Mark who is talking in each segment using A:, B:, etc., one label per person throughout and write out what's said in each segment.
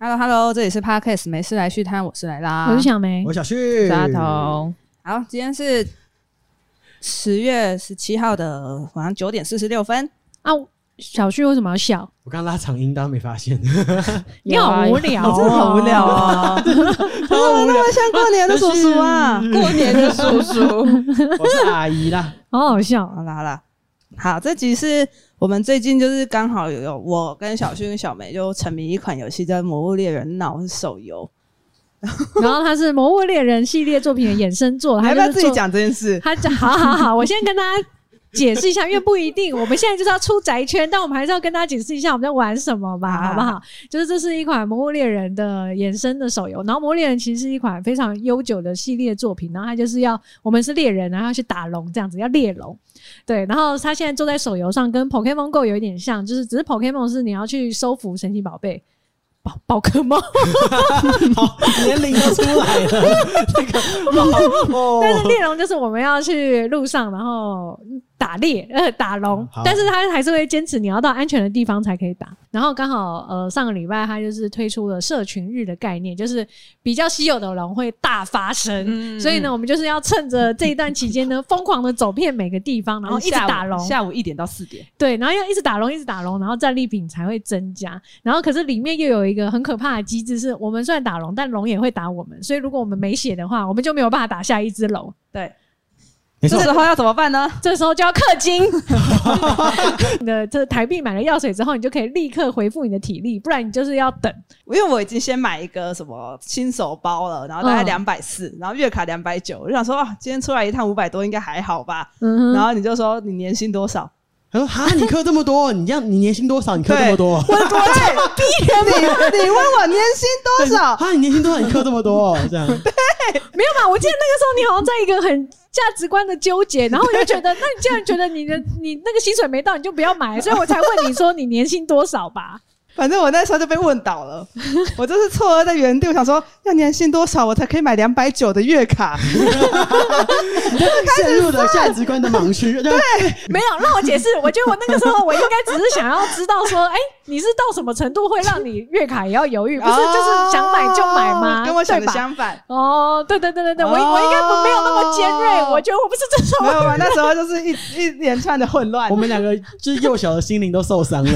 A: Hello Hello，这里是 Podcast，没事来续摊，我是来啦，
B: 我是小梅
C: 我，小旭，
B: 扎头，
A: 好，今天是十月十七号的晚上九点四十六分，
B: 啊。小旭为什么要笑？
C: 我刚拉长音，大家没发现，
B: 你好无聊、哦，
A: 啊真的好无聊 啊！
C: 好无聊。
A: 那像过年的叔叔 啊，
D: 过年的叔叔，
C: 我是阿姨啦，
B: 好好笑啊！
A: 好啦好啦，好，这集是我们最近就是刚好有有我跟小旭跟小梅就沉迷一款游戏叫《魔物猎人闹》是手游，
B: 然后他是《魔物猎人》系列作品的衍生作，
A: 你
B: 他
A: 要不要
B: 就是
A: 自己
B: 做？
A: 讲这件事？
B: 他讲，好好好，我先跟大家解释一下，因为不一定，我们现在就是要出宅圈，但我们还是要跟大家解释一下我们在玩什么吧，
A: 啊
B: 好不好？就是这是一款《魔物猎人》的衍生的手游，然后《魔物猎人》其实是一款非常悠久的系列作品，然后它就是要我们是猎人，然后要去打龙这样子，要猎龙。对，然后它现在做在手游上，跟 Pokemon Go 有一点像，就是只是 Pokemon 是你要去收服神奇宝贝。宝宝可梦，
C: 好，年龄都出来了， 这个哦，
B: 但是猎龙就是我们要去路上，然后打猎，呃，打龙
A: 嗯
C: 好。
B: 但是他还是会坚持你要到安全的地方才可以打。然后刚好呃上个礼拜他就是推出了社群日的概念，就是比较稀有的龙会大发生。
A: 嗯
B: 所以呢，我们就是要趁着这一段期间呢，疯狂的走遍每个地方，然后一直打龙。
A: 下午一点到四 点，
B: 对，然后要一直打龙，一直打龙，然后战利品才会增加。然后可是里面又有一个很可怕的机制，是我们虽然打龙，但龙也会打我们，所以如果我们没血的话，我们就没有办法打下一只龙。
A: 对，
C: 没
A: 这
C: 错，
A: 时候要怎么办呢？
B: 这时候就要氪金。 你的这台币买了药水之后，你就可以立刻回复你的体力，不然你就是要等。
A: 因为我已经先买一个什么新手包了，然后大概两
B: 嗯
A: 百四，然后月卡两百九，我就想说啊，今天出来一趟五百多应该还好吧。
B: 嗯
A: 然
B: 哼，
A: 后你就说你年薪多 少？
C: 他说哈，你氪这么多，你这样你年薪多少？你氪这么多，
A: 我我 这么逼人，你你问我年薪多少？
C: 哈，你年薪多少？你氪这么多，这样
B: 没有吧？我记得那个时候你好像在一个很价值观的纠结，然后我就觉得，那你既然觉得你的 你那个薪水没到，你就不要买，所以我才问你说你年薪多少吧。
A: 反正我那时候就被问倒了，我就是错愕在原地，我想说要年薪多少我才可以买两百九的月 卡？
C: 陷入了价值观的盲区。对，
B: 没有，让我解释。我觉得我那个时候我应该只是想要知道说，哎、你是到什么程度会让你月卡也要犹豫？不是，就是想买就买吗？
A: 哦跟我想的
B: 对吧
A: 相反。
B: 哦，对对对对对，我、
A: 哦
B: 我应该不没有那么尖锐，我觉得我不是这
A: 没有，
B: 种。
A: 我那时候就是一一连串的混乱
C: 我。们两个就是幼小的心灵都受伤了，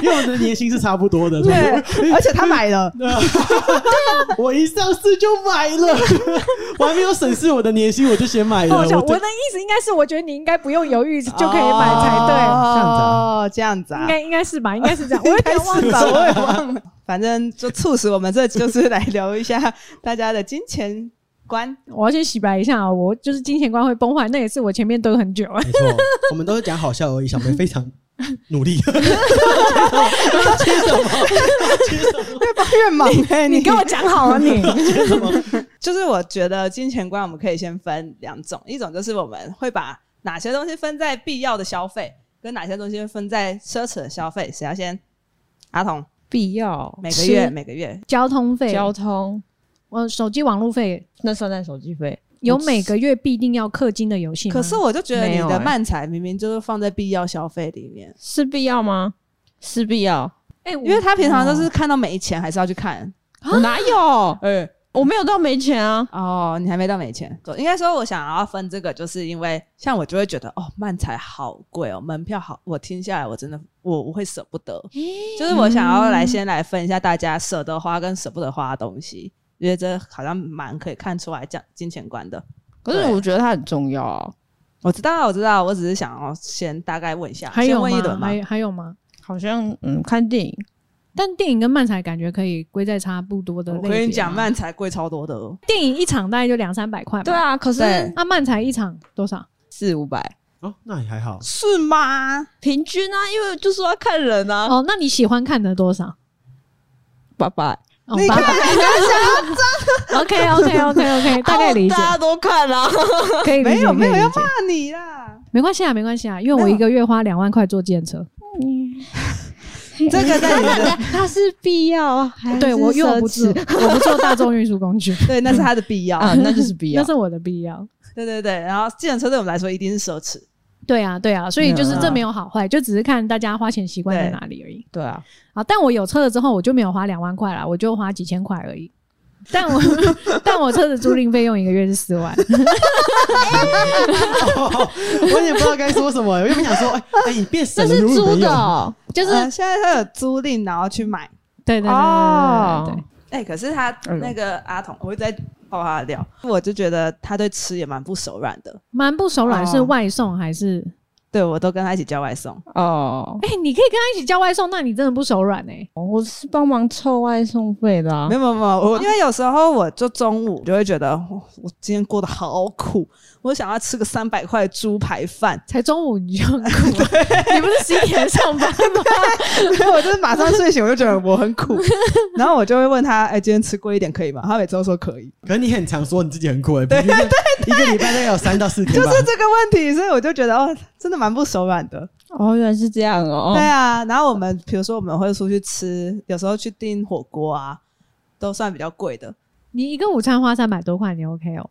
C: 因为我们的年薪是差不多的。
A: 对，而且他买了，
C: 我一上市就买了，我还没有审视我的年薪，我就先买了。
B: 好笑，
C: 我
B: 哦我的意思应该是，我觉得你应该不用犹 豫就可以买才对，
C: 这样子啊
A: 哦，这样子啊
B: 应，该应该是吧？应该是这样，我有点忘
A: 是
B: 记
A: 吧？
B: 了。
A: 我也忘了。 反正就促使我们这就是来聊一下大家的金钱观。
B: 我要先洗白一下啊，我就是金钱观会崩坏，那也是我前面蹲 很久啊。
C: 没错，我们都是讲好笑而已，小梅非常努力。
A: 越帮越忙哎、
B: 欸你给我讲好了，你
A: 就是我觉得金钱观我们可以先分两种，一种就是我们会把哪些东西分在必要的消费，跟哪些东西分在奢侈的消费。谁要先？阿童，
D: 必要
A: 每个月
B: 吃
A: 每个月
B: 交通费、
D: 交通，
B: 我手机网路费
D: 那算在手机费。
B: 有每个月必定要氪金的游戏吗，
A: 可是我就觉得
D: 没
A: 你
D: 有
A: 的
D: 欸
A: 漫才明明就是放在必要消费里面，
D: 是必要吗？是必要，
B: 哎，
A: 因为他平常都
B: 哦
A: 是看到没钱还是要去看。
D: 我哪有？哎，我没有到没钱啊。
A: 哦，你还没到没钱。对应该说我想要分这个，就是因为像我就会觉得哦，漫才好贵哦，门票好，我听下来我真的我我会舍不得。就是我想要来先来分一下大家舍得花跟舍不得花的东西，因为这好像蛮可以看出来讲金钱观的。
D: 可是
A: 对
D: 我觉得它很重要啊，
A: 我知道，我知道，我只是想要先大概问一下，
B: 还有
A: 先问一轮
B: 吗？
A: 嘛。
B: 还还有吗？
D: 好像嗯，看电影
B: 但电影跟漫才感觉可以归在差不多的类
A: 我
B: 别吗。
A: 跟你讲，漫才贵超多的哦。
B: 电影一场大概就两三百块嘛。
D: 对，啊，可
A: 对
D: 是
B: 那、漫才一场多少？
D: 四五百
C: 哦，那也还好。
A: 是吗？
D: 平均啊，因为就说要看人啊，
B: 哦，那你喜欢看的多少？
D: 八百，
B: 哦
A: 你看，
B: 八
A: 人家想
B: 百 OK OK OK OK，大概理解，
D: 大家都看 啊。
B: 可以理解，
A: 没有没有
B: 可以理
A: 要
B: 解
A: 骂你啦。
B: 没关系啊，没关系啊，因为我
A: 没有
B: 一个月花两万块坐电车，
A: 这个在你的
D: 它是必要啊，
A: 哎
D: 还
B: 对
D: 是
B: 我因为我
D: 奢
B: 不坐，
D: 侈
B: 我不坐大众运输 工具，
A: 对，那是 他的必要。
D: 啊，那就是必要
B: 那。是我的必要。
A: 对对对，然后计程车对我们来说一定是奢侈，
B: 对啊，对啊，所以就是
A: 嗯
B: 这没有好坏，就只是看大家花钱习惯在
A: 对
B: 哪里而已。
A: 对啊，
B: 啊，但我有车了之后，我就没有花两万块啦，我就花几千块而已。但我 但我车的租赁费用一个月是四万，
C: 我有点不知道该说什么，我原本想说，哎、哎，你变省
D: 这
C: 了
D: 是
C: 如果
D: 租
C: 没
D: 的
C: 有
D: 哦，
B: 就是、
A: 呃现在他有租赁，然后去买。
B: 对对对对对
D: 哦
B: 对对
A: 哎、可是他
D: 哎呦
A: 那个阿童，我一直在爆他的料，我就觉得他对吃也蛮不手软的。
B: 蛮不手软，
A: 哦
B: 是外送还是？
A: 对我都跟他一起叫外送，
D: 哦，
B: 哎、你可以跟他一起叫外送，那你真的不手软哎、
D: 我是帮忙凑外送费的、啊
A: 没。有没有没有，我因为有时候我就中午就会觉得，哦我今天过得好苦，我想要吃个三百块猪排饭，
B: 才中午你就很苦，你不是十一点上班吗？
A: 我就是马上睡醒，我就觉得我很 苦，然后我就会问他，哎、今天吃贵一点可以吗？他每次都说可以，
C: 可是你很常说你自己很苦、欸，对对对，一个礼拜大概有三到四天
A: 就
C: 吧。
A: 是这个问题，所以我就觉得哦，真的蛮不手软的。
D: 哦，原来是这样哦。
A: 对啊，然后我们比如说我们会出去吃，有时候去订火锅啊，都算比较贵的。
B: 你一个午餐花三百多块，你 OK 哦？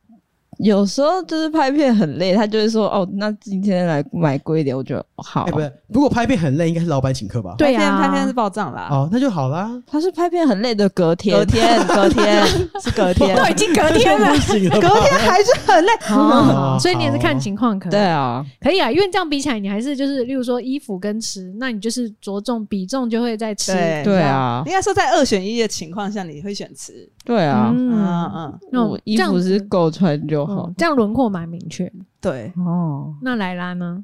D: 有时候就是拍片很累，他就会说：“哦，那今天来买贵一点。”我觉得哦好、
C: 哎、不是，如果拍片很累，应该是老板请客吧？
B: 对
A: 呀、
B: 啊
A: 拍片是报账啦，
C: 哦，那就好啦。
D: 他是拍片很累的 隔天，
A: 隔天隔天是隔天，
B: 都已经隔天了
C: 不，行了吧，
A: 隔天还是很累。
B: 哦
C: 哦
B: 所以你也是看情况可以。
D: 对啊，
B: 可以啊，因为这样比起来，你还是就是，例如说衣服跟吃，那你就是着重比重就会在吃。
A: 对
D: 对啊，
B: 哦
A: 应该说在二选一的情况下，你会选吃。
D: 对啊。
A: 嗯
B: 嗯，
A: 嗯，
B: 那
D: 我衣服是够穿
B: 哦。
D: 就好
B: 这样轮廓蛮明确。
A: 对
D: 哦，
B: 那莱拉呢？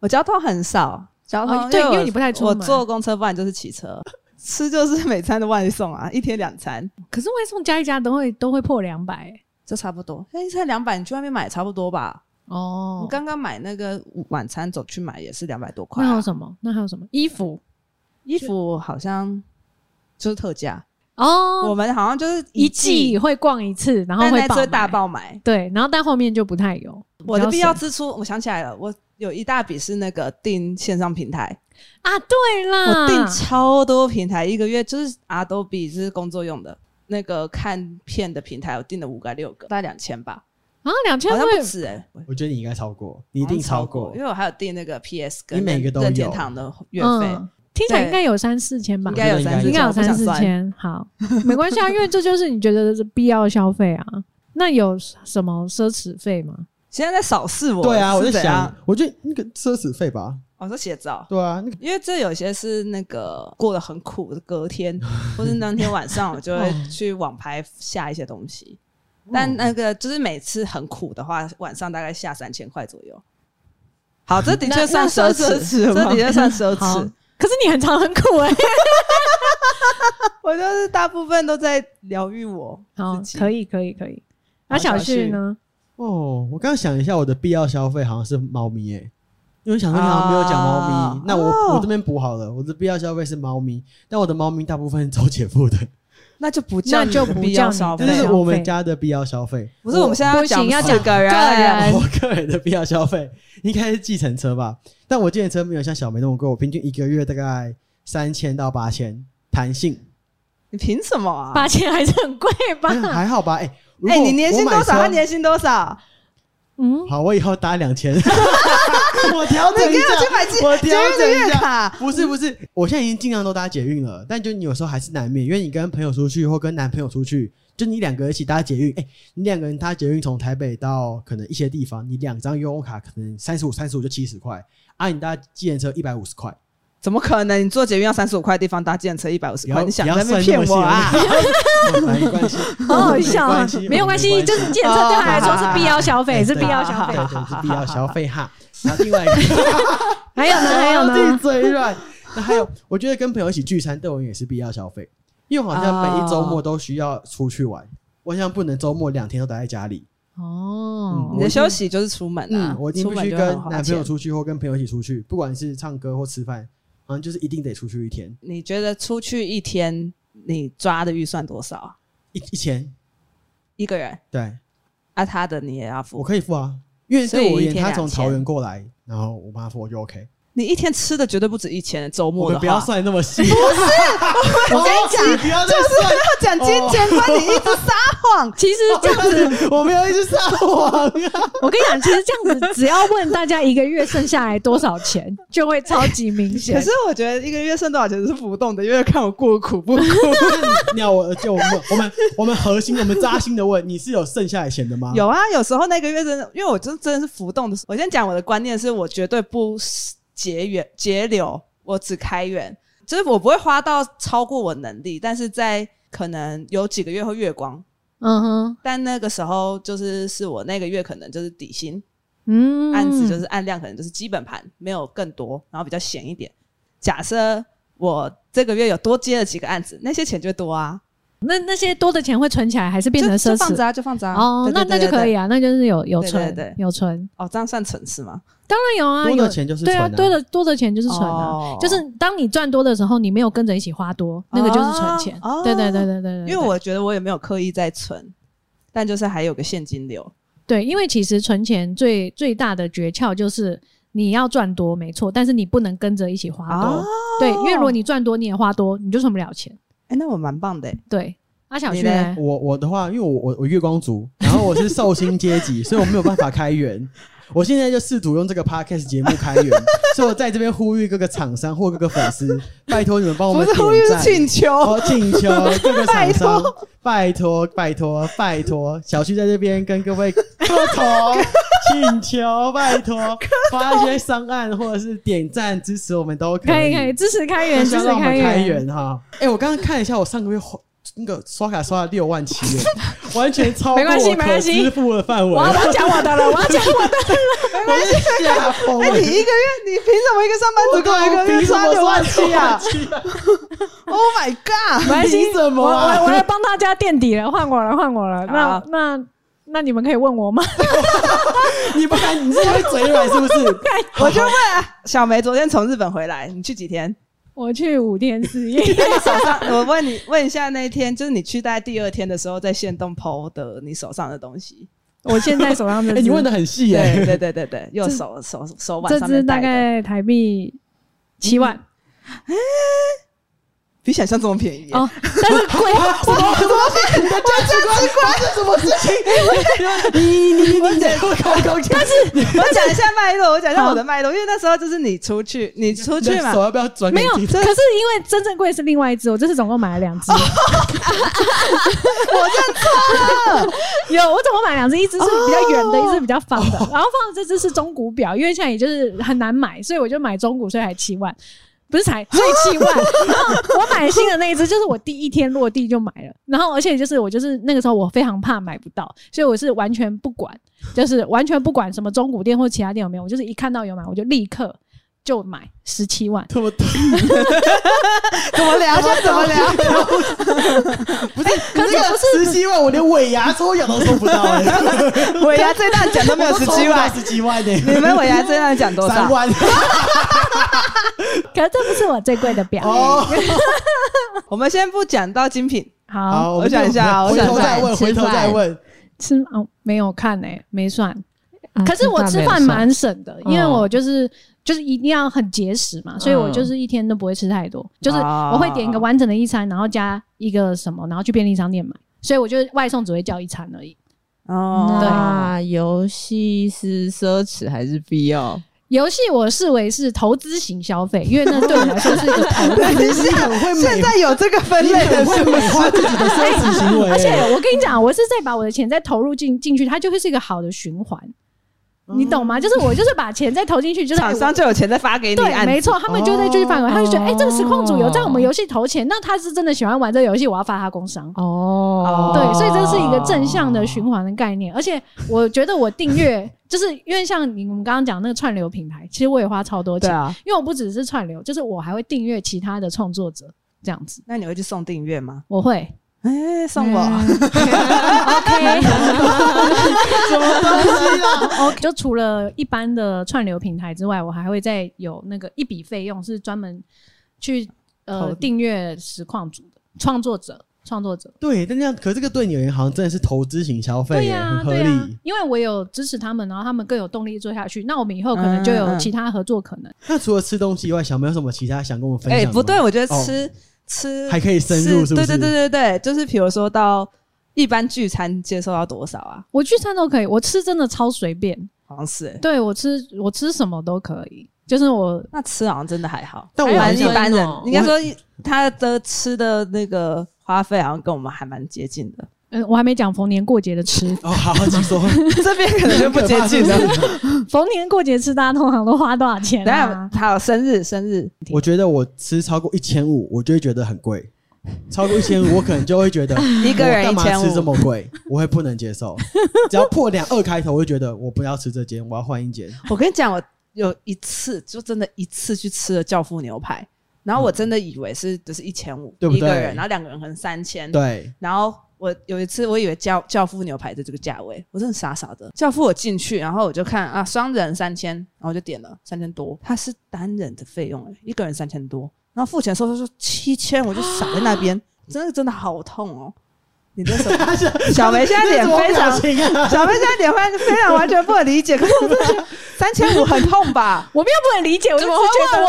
A: 我交通很少，交通、
B: 哦对
A: 我
B: 因为你不太出
A: 我
B: 门
A: 坐公车，不然就是骑车。吃就是每餐的外送啊， 一天两餐，
B: 可是外送加一加都会都会破两百欸
A: 这差不多。那一餐哎两百，你去外面买也差不多吧？我
B: 哦。
A: 刚刚买那个晚餐走去买也是两百多块、
B: 那还有
A: 啊，
B: 什么？那还有什么？衣服
A: 衣服好像就是特价，我
B: 哦，
A: 们好像就是
B: 一
A: 季，
B: 季会逛一次，然后
A: 但
B: 会
A: 那次
B: 爆
A: 会
B: 买
A: 大。爆买。
B: 对，然后但后面就不太有。
A: 我的
B: 比
A: 必
B: 较
A: 要
B: 省
A: 支出，我想起来了，我有一大笔是那个订线上平台，
B: 啊，对啦，
A: 我订超多平台，一个月就是 Adobe 就是工作用的那个看片的平台，我订了五个六个，大概两千吧，
B: 啊两千
A: 好像
B: 会
A: 不止哎、欸，
C: 我觉得你应该超过，你一定超过
A: 因。为我还有订那个 PS 跟
C: 你每个都有
A: 任天堂的月费，
B: 嗯听起来应该有三四千吧
A: 应？该有三四
B: 应该有
A: 我不
B: 三
A: 想
B: 四
A: 算。
B: 千，好，没 关系啊，因为这就是你觉得是必要消费啊。那有什么奢侈费吗？
A: 现在在扫视我，
C: 对啊，我
A: 是
C: 就
A: 怎样哦
C: 想，，我觉得那个奢侈费吧，
A: 我说写照。
C: 对啊，那个
A: 因为这有些是那个过得很苦的，隔天或是当天晚上，我就会去网拍下一些东西。但那个就是每次很苦的话，晚上大概下三千块左右。好，这的确
D: 那那
A: 奢
D: 算
A: 侈，
D: 奢侈
A: 这
D: 吗
A: 的确算 奢
B: 好
A: 侈。
B: 可是你很常很苦 哎、
A: 我就是大部分都在疗愈我
B: 好
A: 自，己。
B: 可以，可以，可以。那、
A: 好
B: 小
A: 小
B: 旭
A: 旭
B: 呢？
C: 哦，我刚刚想一下，我的必要消费好像是猫咪诶、因为想说你好像没有讲猫咪，
A: 啊
C: 那我、
A: 哦
C: 我这边补好了，我的必要消费是猫咪，但我的猫咪大部分是周姐付的，
A: 那就不叫
B: 那就
A: 你
B: 不
A: 必
B: 叫
A: 要
B: 你
A: 消
C: 这
A: 费
B: 对
A: 啊
C: 就是
B: 消费
C: 我们家的必要消费。
A: 不是我们现在
B: 不行要
A: 要
B: 讲
A: 讲个人，
B: 个
C: 我个人的必要消费应该是计程车吧，但我计程车没有像小梅那么贵，我平均一个月大概三千到八千，弹性
A: 你凭什么啊？
B: 八千还是很贵吧？
C: 还还好吧？哎、如
A: 哎、
C: 果
A: 你年薪
C: 我买
A: 多少？
C: 车
A: 他年薪多少？
B: 嗯，
C: 好，我以后打 两千，我调整一
A: 你给我
C: 下
A: 去买金，
C: 我
A: 节
C: 调整
A: 日
C: 一
A: 月
C: 下。
A: 卡。
C: 不是不是，我现在已经尽量都搭捷运了，但就你有时候还是难免，因为你跟朋友出去或跟男朋友出去，就你两个人一起搭捷运，哎、你两个人搭捷运从台北到可能一些地方，你两张悠游卡可能三十五三十五就七十块，啊，你搭计程车一百五十块，
A: 怎么可能？你坐捷运要三十五块的地方搭计程车一百五十
C: 不
A: 块，
C: 要
A: 你想
C: 不
A: 在
C: 要
A: 那边
C: 算
A: 骗
C: 那么细
A: 我啊？
C: 我哦没关系，
B: 好好笑啊！没有关
C: 我
B: 系，哦
C: 没
B: 就是检测对他来说是必要消费，
C: 哎对
B: 是必要
C: 对
B: 消费。
C: 对对，是必要消 费哈。然后另外一个。
B: 还有
A: 啊
B: 呢，还有
C: 自己
B: 呢，
C: 嘴软。那还有，我觉得跟朋友一起聚餐对我也是必要消费，因为我好像每一周末都需要出去
A: 啊
C: 玩，我好像不能周末两天都待在家里。
B: 哦。
C: 嗯
A: 你的休息就是出门啊，
C: 我一定
A: 出
C: 必
A: 门
C: 须
A: 就
C: 跟
A: 很花
C: 男朋友
A: 钱。
C: 出去或跟朋友一起出去，不管是唱歌或吃饭，好像就是一定得出去一天
A: 你觉得出去一天你抓的预算多少啊？
C: 一一千。
A: 一个人
C: 对，
A: 啊，他的你也要
C: 我
A: 付。
C: 可以付啊，因为
A: 所以
C: 对我而
A: 一
C: 言，
A: 天
C: 他从
A: 2000
C: 桃园过来，然后我妈付我就 OK。
A: 你一天吃的绝对不止一千，周
C: 我
A: 末
C: 们
A: 的
C: 不
A: 话，
C: 要算得那么细。不是，我
A: 跟你 讲
C: 不要再
A: 就是
C: 算。
A: 要讲精简观，你一直撒谎
B: 其实这样子，
C: 我没有一直撒谎啊！
B: 我跟你讲，其实这样子，只要问大家一个月剩下来多少钱，就会超级明 显。
A: 可是我觉得一个月剩多少钱是浮动的，因为看我过苦不苦。
C: 那我就我们我们我们核心我们扎心的问，你是有剩下的钱的吗？
A: 有啊，有时候那个月真的，因为我真真的是浮动的。我先讲我的观念是，我绝对不节源节流，我只开源，就是我不会花到超过我能力，但是在可能有几个月会月光，
B: 嗯哼，
A: 但那个时候就是是我那个月可能就是底薪，
B: 嗯，
A: 案子就是按量可能就是基本盘，没有更多，然后比较闲一点。假设我这个月有多接了几个案子，那些钱就会多啊，
B: 那那些多的钱会存起来，还是变成
A: 就就
B: 奢
A: 放
B: 侈？
A: 着啊，就放着啊。
B: 哦，那那就可以
A: 啊。
B: 啊，那就是有有
A: 对对
B: 存
A: 对
B: 有存，
A: 哦，这样算城市吗？
B: 当然有啊，
C: 多
B: 有
C: 的钱就是
B: 对啊，
C: 存
B: 多的多的钱就是存啊。
A: 哦
B: 就是当你赚多的时候，你没有跟着一起花多，那个就是存钱
A: 哦。
B: 对对对对对对，对
A: 因为我觉得我也没有刻意在存，但就是还有个现金流。
B: 对，因为其实存钱最最大的诀窍就是你要赚多，没错，但是你不能跟着一起花多。
A: 哦
B: 对，因为如果你赚多，你也花多，你就存不了钱。
A: 哎、那我蛮棒的、欸。
B: 对，阿小
A: 你
B: 旭
A: 嘞
B: 呢
C: 我我的话，因为我我我月光族，然后我是寿星阶级，所以我没有办法开源。我现在就试图用这个 podcast 节目开源，所以我在这边呼吁各个厂商或各个粉丝，拜托你们帮我
A: 不
C: 们
A: 是
C: 点
A: 呼吁是
C: 赞。
A: 请求，
C: 哦，请求各个厂商
A: 拜，
C: 拜托，拜托，拜托，小旭在这边跟各位磕 头，请求，拜托，发一些商案或者是点赞支持我们都
B: 可
C: 以，
B: 以可以支持开
C: 都
B: 源，
C: 希
B: 支
C: 望
B: 持
C: 让我们开
B: 源。
C: 源哈。哎、我刚刚看了一下，我上个月花那个刷卡刷了六万七 耶，完全超过
B: 没关系
C: 我
B: 没
C: 可
B: 关系
C: 支付的范围，
B: 我要
C: 我
B: 我要讲我的了，我要讲我的。
C: 是吓疯
A: 哎、
C: 了
A: 你。一个月，你凭什么一个上班族跟我一个月刷六万七 啊？Oh my
B: 没
A: god！
B: 关系
C: 你，怎
B: 我
C: 么
B: 我
C: 啊？
B: 我来帮大家垫底了，换我了，换我了。那
A: 好
B: 那那你们可以问我吗？
C: 你不敢，你是因为嘴软是不是？
A: 我就问啊小梅，昨天从日本回来，你去几天？
B: 我去五天四夜。
A: 那你手上，我问你问一下，那一天就是你去大概第二天的时候，在现动抛的你手上的东西。
B: 我现在手上这
C: 哎、
B: 只，
C: 你问的很细耶、
A: 对对对对对，右手手手腕
B: 这
A: 上
B: 只
A: 面
B: 大
A: 戴的，
B: 概台币七万
A: 比想象中便宜耶。
C: 嗯
B: 哦，但是 贵。
C: 什么什么？你的价值观是什么事情？你你你在开高但是
A: 我讲一下脉络，我讲一下我的脉络，因为那时候就是你出去，你出去嘛
C: 手，要不要转给
B: 没有，可
C: 听
B: 是
C: 众？
B: 因为真正贵是另外一只，我这次总共买了两
C: 哦
B: 只。我认错了，有我总共买两只，一只是比较圆的，一只是比较方的。
C: 哦
B: 然后放的这只是中古表，因为现在也就是很难买，所以我就买中古，所以才七万，不是才所以七万。 然后我买新的那一只，就是我第一天落地就买了。然后而且就是我就是那个时候我非常怕买不到，所以我是完全不管，就是完全不管什么中古店或其他店有没有，我就是一看到有买我就立刻就买十七万。
C: 这么
A: 怎么聊就怎么聊。
C: 不是？可是不是十七万，我连尾牙抽奖都抽不到哎、
A: 尾牙这一段讲都没有十七万，
C: 十七万呢、
A: 你们尾牙这一段讲多
C: 三
A: 少？
C: 万
B: 可是这不是我最贵的表。
C: 哦。
A: 我们先不讲到精品，
B: 好
C: 好，
A: 我想一下
C: 回头再问，
D: 我想
C: 回
D: 一下
C: 头再问。
B: 吃哦，没有看哎、没算。
D: 啊
B: 可是我吃饭蛮省的，
D: 嗯
B: 因为我就是就是一定要很节食嘛，所以我就是一天都不会吃太多，就是我会点一个完整的一餐，然后加一个什么，然后去便利商店买。所以我就外送只会叫一餐而已，
A: 哦，
D: 那游戏是奢侈还是必要？
B: 游戏我视为是投资型消费，因为那对我来说是一个投资。
C: 你很会
A: 现
C: 美，
A: 在有这个分
C: 你
A: 类的
C: 很会美化自己的奢侈行 为、
B: 而且我跟你讲，我是再把我的钱再投入进进去，它就会是一个好的循环，你懂吗？就是我就是把钱再投进去，就是哎
A: 厂
B: 我
A: 商就有钱再发给你
B: 对，
A: 按。
B: 没错，他们就在继续范围，他就觉得，哎、这个实况组有在我们
D: 哦
B: 游戏投钱，那他是真的喜欢玩这个游戏，我要发他工伤。
D: 哦
B: 对，所以这是一个正向的循环的概念，而且我觉得我订阅，就是因为像你们刚刚讲那个串流平台，其实我也花超多
A: 对
B: 钱，
A: 啊，
B: 因为我不只是串流，就是我还会订阅其他的创作者这样子，
A: 那你会去送订阅吗？
B: 我会
A: 哎，送我。
B: OK，
C: 什么东西啊？
B: 哦，就除了一般的串流平台之外，我还会再有那个一笔费用是专门去
A: 投
B: 呃订阅实况组的创作者，创作者。
C: 对，但这样可这个对你而言好像真的是投资型消费
B: 对
C: 耶，
B: 呀、
C: 很合
B: 对呀、
C: 理。
B: 因为我有支持他们，然后他们更有动力做下去。那我们以后可能就
A: 嗯嗯
B: 有
A: 嗯
B: 其他合作可能。
C: 那除了吃东西以外，小妹有什么其他想跟我们分享
A: 哎、
C: 的吗？
A: 不对，我觉得
C: 哦
A: 吃、吃
C: 还可以深入，是不
A: 对
C: 是？
A: 对对对对，就是比如说到一般聚餐接受到多少啊？
B: 我聚餐都可以，我吃真的超随便，
A: 好像是、欸，
B: 对我吃我吃什么都可以，就是我
A: 那吃好像真的还好，
C: 但我
A: 蛮
C: 很
A: 一
C: 想
A: 般人
B: 哦，
A: 应该说他的吃的那个花费好像跟我们还蛮接近的，
B: 嗯、我还没讲逢年过节的吃，
C: 哦，好好请 说，
A: 这边可能就不接近了。
C: 了。
B: 逢年过节吃大家通常都花多少钱
A: 等一下
B: 啊？
A: 他有生日，生日
C: 我觉得我吃超过一千五，我就会觉得很贵。超过一千五，我可能就会觉得
A: 一个人
C: 我干
A: 一
C: 嘛
A: 千
C: 吃这
A: 五，
C: 么贵，我会不能接受。 只要破两二开头，我就觉得我不要吃这间，我要换一间。
A: 我跟你讲，我有一次就真的一次去吃了教父牛排，然后我真的以为是就是一千五
C: 对不
A: 一个
C: 对
A: 人，然后两个人可能三千，
C: 对，
A: 然后我有一次，我以为教教父牛排的这个价位，我真的傻傻的。教父我进去，然后我就看啊，双人三千，然后我就点了三千多，它是单人的费用、欸，一个人三千多。然后付钱的时候他说七千，我就傻在那边，真的真的好痛哦。你的手，小梅现在脸非常，
C: 这是什么表情啊
A: 小梅现在脸非非常完全不能理解，可是我真的觉得三千五很痛吧？
B: 我们又不能理解，我就只
D: 怎么会
B: 觉得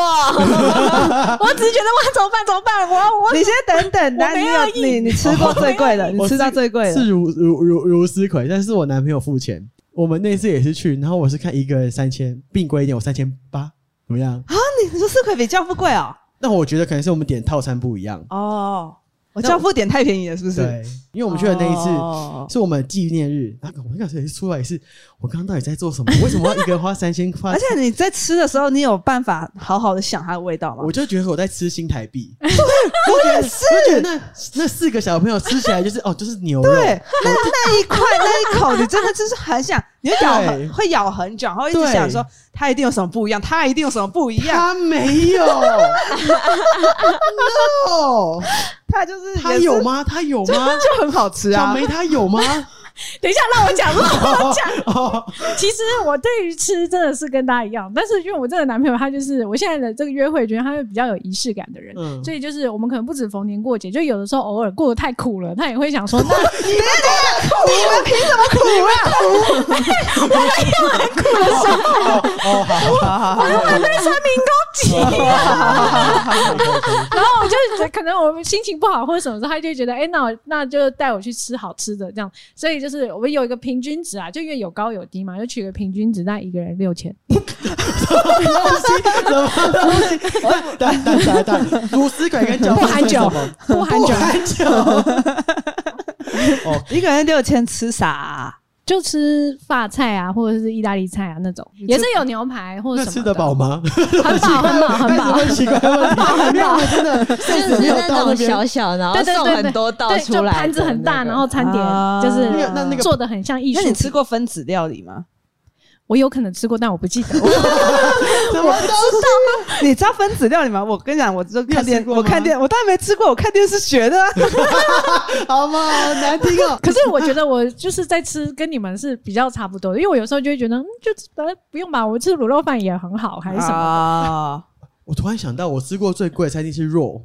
B: 我，我只是觉得哇，怎么办？怎么办？我要我
A: 你先等等，
B: 我
A: 那你
B: 没
A: 有
B: 有意
A: 你你吃过最贵的，你
C: 我
A: 吃到最贵的
C: 是如如如如斯葵，但是我男朋友付钱。我们那次也是去，然后我是看一个人三千，并贵一点，我三千八，怎么样？
A: 啊？你你说四块比教父贵哦？
C: 那我觉得可能是我们点套餐不一样，
A: 哦，我教父点太便宜了，是不是？
C: 对，因为我们去的那一次、
A: 哦
C: 是我们纪念日，那个我那个时候出来也是，我刚刚到底在做什么？为什么要一个人花三千块
A: 哦而？且你在吃的时候，你有办法好好的想它的味道吗
C: 我？就觉得我在吃新台币，我也是，我觉得那那四个小朋友吃起来就是哦，就是牛肉，
A: 对，那那一块 那一口，你真的就是很想，你会咬很
C: 对
A: 会咬很久，然后一直
C: 对
A: 想说它一定有什么不一样，它一定有什么不一样，
C: 他没有，no，
A: 它就是
C: 他
A: 也是
C: 有？吗？他有
A: 就
C: 吗？
A: 就很好吃
C: 小
A: 啊！
C: 梅他有吗？
B: 等一下让我 讲，让我讲。
C: 哦，
B: 其实我对于吃真的是跟大家一样，但是因为我这个男朋友他就是我现在的这个约会，觉得他是比较有仪式感的人，
C: 嗯
B: 所以就是我们可能不止逢年过节，就有的时候偶尔过得太苦了，他也会想说，那
C: 哦，好好好好好，
B: 然后我就可能我们心情不好或者什么时候，他就会觉得，哎、那我那就带我去吃好吃的这样。所以就是我们有一个平均值啊，就因为有高有低嘛，就取个平均值，那一个人六千。
C: 怎么东西？ 等等等等，卢斯鬼跟脚
B: 不含酒不含酒
C: 含酒。哦，
A: 一个人六千吃啥啊？
B: 就吃法菜啊，或者是意大利菜啊那种，也是有牛排或者
C: 那
B: 什么
C: 吃得饱吗？
B: 很饱，很饱，很饱。
C: 很 奇怪的问题，因为我们真的
D: 就是
C: 没有
D: 那
C: 到那
D: 种
C: 边
D: 小小，然后
B: 对对
D: 送
B: 对对
D: 很多道
B: 对，
D: 出
B: 就
D: 来，
B: 盘子很大，然后餐点
A: 啊
B: 就是
C: 那个那那个
B: 做的很像艺术
A: 那
B: 品。
A: 你吃过分子料理吗？
B: 我有可能吃过，但我不记得。
C: 怎么都
A: 你知道分子料理吗？我跟你讲，我就看
C: 你有吃
A: 电，
C: 过
A: 我看
C: 吗
A: 电，我当然没吃过，我看电视学的啊。
C: 好吗？好难听 哦。
B: 可是我觉得我就是在吃，跟你们是比较差不多的，因为我有时候就会觉得，嗯，就呃不用吧，我吃卤肉饭也很好，还是什么。
A: 啊？
C: 我突然想到，我吃过最贵的餐厅是肉，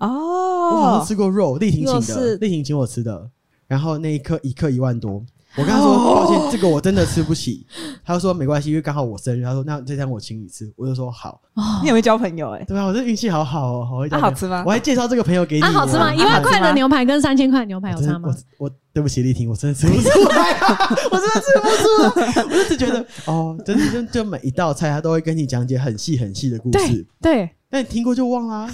C: 我好
A: 哦
C: 像，吃过肉，丽婷请
A: 肉是
C: 的，丽婷请我吃的，然后那一颗一克一万多。我跟他说抱歉，这个我真的吃不起。他说没关系，因为刚好我生日。他说那这餐我请你吃，我就说好。
A: 你也会交朋友哎、
C: 对啊，我这运气好好哦，好会讲
A: 啊好吃吗
C: 我还介绍这个朋友给你
B: 啊，好吃吗？
C: 哦
B: 一万块的牛排跟三千块的牛排有
C: 真
B: 差
C: 的哦
B: 吗
C: 我？我对不起丽婷，我真的吃不出来、啊，我真的吃不出来。 我就只觉得哦，真的就就每一道菜，他都会跟你讲解很细很细的故
B: 对
C: 事，
B: 对，
C: 但你听过就忘啦、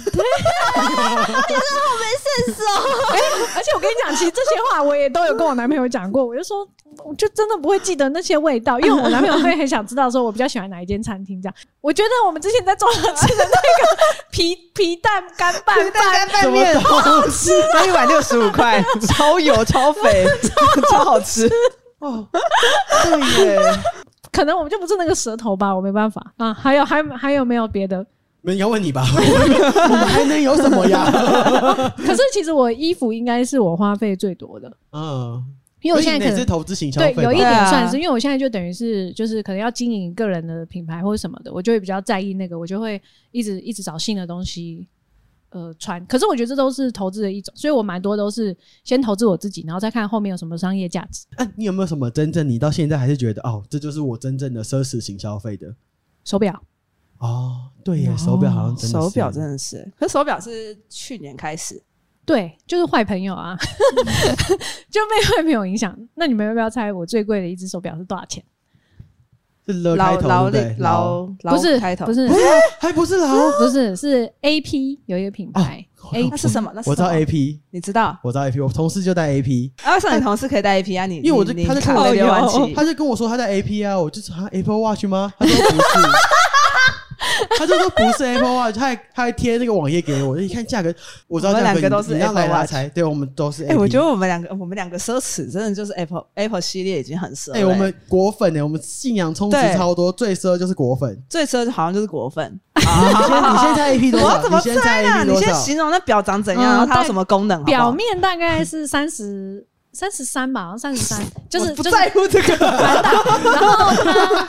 B: 而且我跟你讲，其实这些话我也都有跟我男朋友讲过，我就说，我就真的不会记得那些味道，因为我男朋友会很想知道说我比较喜欢哪一间餐厅这样。我觉得我们之前在中央吃的那个 皮皮蛋干拌饭，
A: 拌面好好吃，那一碗六十五块，超油超 肥，超好吃。
C: 哦，对耶，
B: 可能我们就不是那个舌头吧，我没办法啊。还有还还有没有别的？
C: 没人要问你吧？ 我们还能有什么呀？
B: 可是其实我衣服应该是我花费最多的，
C: 嗯，
B: 因为我现在
C: 所
B: 可
C: 以哎你也是
B: 能。
C: 投资型消
B: 对
C: 费，吧，
B: 有一
A: 对
B: 点
A: 啊
B: 算是，因为我现在就等于是就是可能要经营个人的品牌或者什么的，我就会比较在意那个，我就会一直一直找新的东西呃穿。可是我觉得这都是投资的一种，所以我蛮多都是先投资我自己，然后再看后面有什么商业价值。
C: 哎、你有没有什么真正你到现在还是觉得哦，这就是我真正的奢侈型消费的？
B: 手表，
C: 哦，对耶，手表好像真的
A: 手表
C: 是
A: 真的是，可是手表是去年开始，
B: 对，就是坏朋友啊， 就被坏朋友影响。那你们要不要猜我最贵的一只手表是多少钱？
C: 是了
A: 劳
C: 开头
A: 劳
C: 对
A: 力
C: 不对
A: 劳劳
B: 不是，
A: 开头
B: 不，是，
C: 还不是劳，
B: 不是，是 A P 有一个品牌、A
A: 哎
C: 哦
A: 那是什么？那是
C: 我知道
A: 什么
C: A P，
A: 你知道？
C: 我知道 A P，我同事就戴 A P，
A: 啊，为什么你同事可以带 A P 啊？你
C: 因为我就
A: 你你
C: 他在
A: 卡
C: 看我
A: 了
C: 的
A: 六万
D: 有
A: 七，
C: 他就跟我说他戴 A P 啊，我就说啊 Apple Watch 吗？他说不是。他就说不是 Apple Watch，他还他还贴那个网页给我，一看价格，我知道
A: 我们
C: 价格
A: 两个
C: 你
A: 都是
C: 你要
A: Apple
C: 来拉
A: Watch
C: 猜，对我们都是 A
A: 哎、
C: P。
A: 我觉得我们两个，我们两个奢侈，真的就是 Apple Apple 系列已经很奢了、欸
C: 哎、我们果粉呢、我们信仰充值
A: 对
C: 超多，最奢就是果 粉。
A: 最奢好像就是果粉。
C: 你先你先猜 A P 多
A: 啊我
C: 少？
A: 要怎么
C: 你先猜
A: 猜
C: A
A: 啊？
C: P
A: 你
C: 多
A: 先
C: 少？
A: 形容那表长怎样，
B: 嗯
A: 然后它有
B: 但
A: 什么功能好不好
B: 表面大概是三十三十三吧，好像三 十三，就是
A: 我不
B: 就是
A: 在乎这个。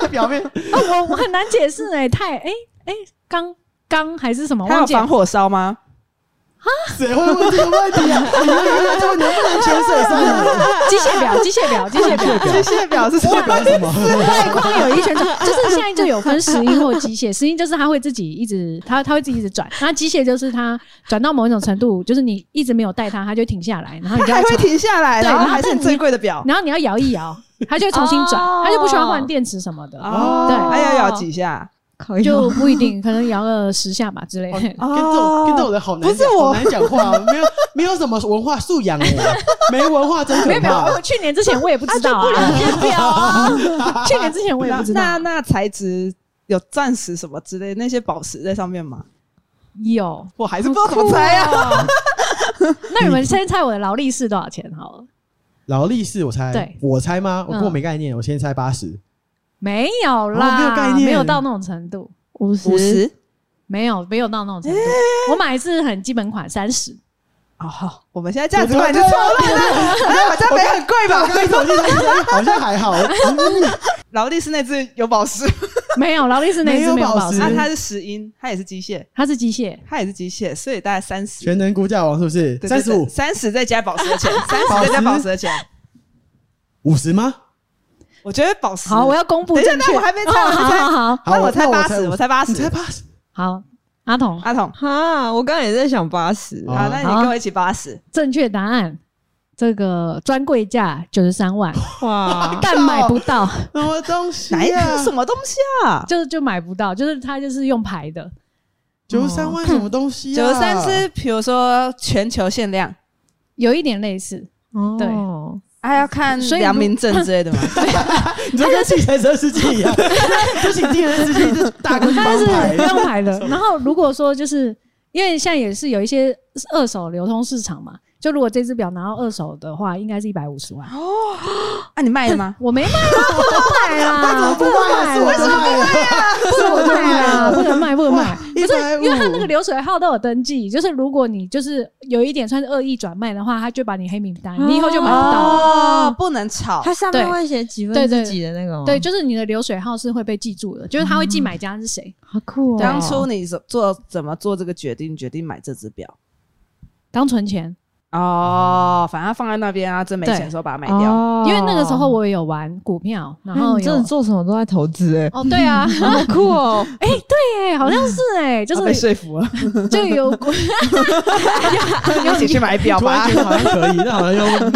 C: 表面
B: 啊，我我很难解释哎、太哎哎钢钢还是什么？
A: 它
B: 忘
A: 有
B: 记了
A: 防火烧吗？
C: 谁会问这个问题啊？你们原来这么能不能潜水上来？
B: 机械表，机械表，机械 表。
A: 机械表是什
C: 这表
A: 么？
C: 什么？
B: 外框有一圈， 就是现在就有分石英或机械。石英就是它会自己一直，它它会自己一直转。那机械就是它转到某一种程度，就是你一直没有带它，它就停下来，然后你就
A: 它
B: 要
A: 还会
B: 重，
A: 停下来，
B: 对
A: 然后
B: 然后
A: 还是
B: 但
A: 很
B: 你
A: 最贵的表。
B: 然后你要摇一摇，它就会重新转，
D: 哦
B: 它就不需要换电池什么的，
A: 哦，
B: 对
A: 哎呀，要几下？
D: 考一
B: 就不一定，可能摇个十下吧之类的。
C: 哦跟这种跟这种人好难讲，
A: 哦不是我
C: 好难讲话，没有没有什么文化素养 哎，没文化真
B: 没
C: 可
B: 有没有，我
C: 怕。
B: 去年之前我也不知
D: 啊
B: 道啊，去年之前我也不知道
A: 那那材质有钻石什么之类那些宝石在上面吗？
B: 有。
A: 我还是不知道怎么猜啊。
B: 啊！那你们先猜我的劳力士多少钱好了？
C: 劳力士，我猜
B: 对，
C: 我猜吗？我
B: 嗯
C: 跟我没概念，我先猜八
A: 嗯
C: 十，
B: 没有
C: 哦
B: 啦，
C: 没有概念
B: 没有到那种程度，
D: 五
A: 五
D: 十，
A: 十
B: 没有没有到那种程度。我买的是很基本款，三十。
A: 哦，好，我们现在价值观就错乱了。哎，我家没很贵
C: 我
A: 吧？
C: 刚一走进来好像还好，
A: 劳力士那只有宝石，
B: 没有劳力士那一只
C: 没
B: 没
C: 有
B: 有
C: 宝
B: 保
C: 石
B: 石
A: 那，它是石英，它也是机械，
B: 它是机械。
A: 它也是机械，所以大概三十。
C: 全能估价王是不是？三十五、
A: 三十再加宝石的 钱，三十再加宝石的钱，
C: 五十吗？
A: 我觉得宝石
B: 好，我要公布
A: 等一下
B: 正确。
A: 那我还没猜
B: 哦
A: 我还没
B: 好
A: 猜
B: 好好
C: 好
A: 那我猜
C: 那我
A: 八
C: 猜
A: 十，我猜八十
C: 你，猜八十？
B: 好，阿童，
A: 阿童，
D: 哈，我刚刚也在想八十
C: 哦
A: 好，那你
B: 好啊
A: 跟我一起八十，
B: 正确答案。这个专柜价九十三万，，
D: 哇
B: 但买不到，
C: 什么东西啊
A: 哪一
C: 呀？
A: 什么东西啊？
B: 就就买不到，就是它就是用排的，
C: 九十三万什么东西？啊
A: 九十三，是比如说全球限量，
B: 有一点类 似，对
D: 哦
A: 还要看
B: 所以如
A: 良民证之类的吗？
C: 你这跟计程车司机一样， 就请计程车司机是大哥去
B: 它
C: 帮
B: 是
C: 牌。
B: 用牌 的。然后如果说就是因为现在也是有一些二手流通市场嘛，就如果这只表拿到二手的话，应该是一百五十万。
C: 哦
A: 啊，你卖了 吗？
B: 我没卖啊，不能卖 啦，
C: 不卖啊，是我的卖啊。
B: 不能卖啊，不能卖，不能卖
C: 哇。
B: 不是，
C: 150
B: 因为他那个流水号都有登记，就是如果你就是有一点算是恶意转卖的话，他就把你黑名单，你以后就买不到了。
A: 哦，不能炒
D: 它，上面
B: 对
D: 会写几
B: 对
D: 分
B: 对
D: 之几的那个吗？
B: 对，就是你的流水号是会被记住的，就是他会
C: 嗯
B: 记买家是谁。
D: 好酷哦！
A: 当初你怎做怎么做这个决定？决定买这只表
B: 当存钱，
A: 哦，反正它放在那边啊，真没
B: 对
A: 钱的时候把它卖掉。
D: 哦
B: 因为那个时候我也有玩股票，然
D: 哎
B: 后
D: 你真的
B: 有
D: 做什么都在投 资哎，
B: 哦，对 啊，
D: 好酷哦！
B: 对，好像是 哎，就
A: 啊被
B: 是
A: 说 服了，
B: 就有股
A: 一起去买表
C: 突
A: 吧
C: 然觉。得好像可以，但好像又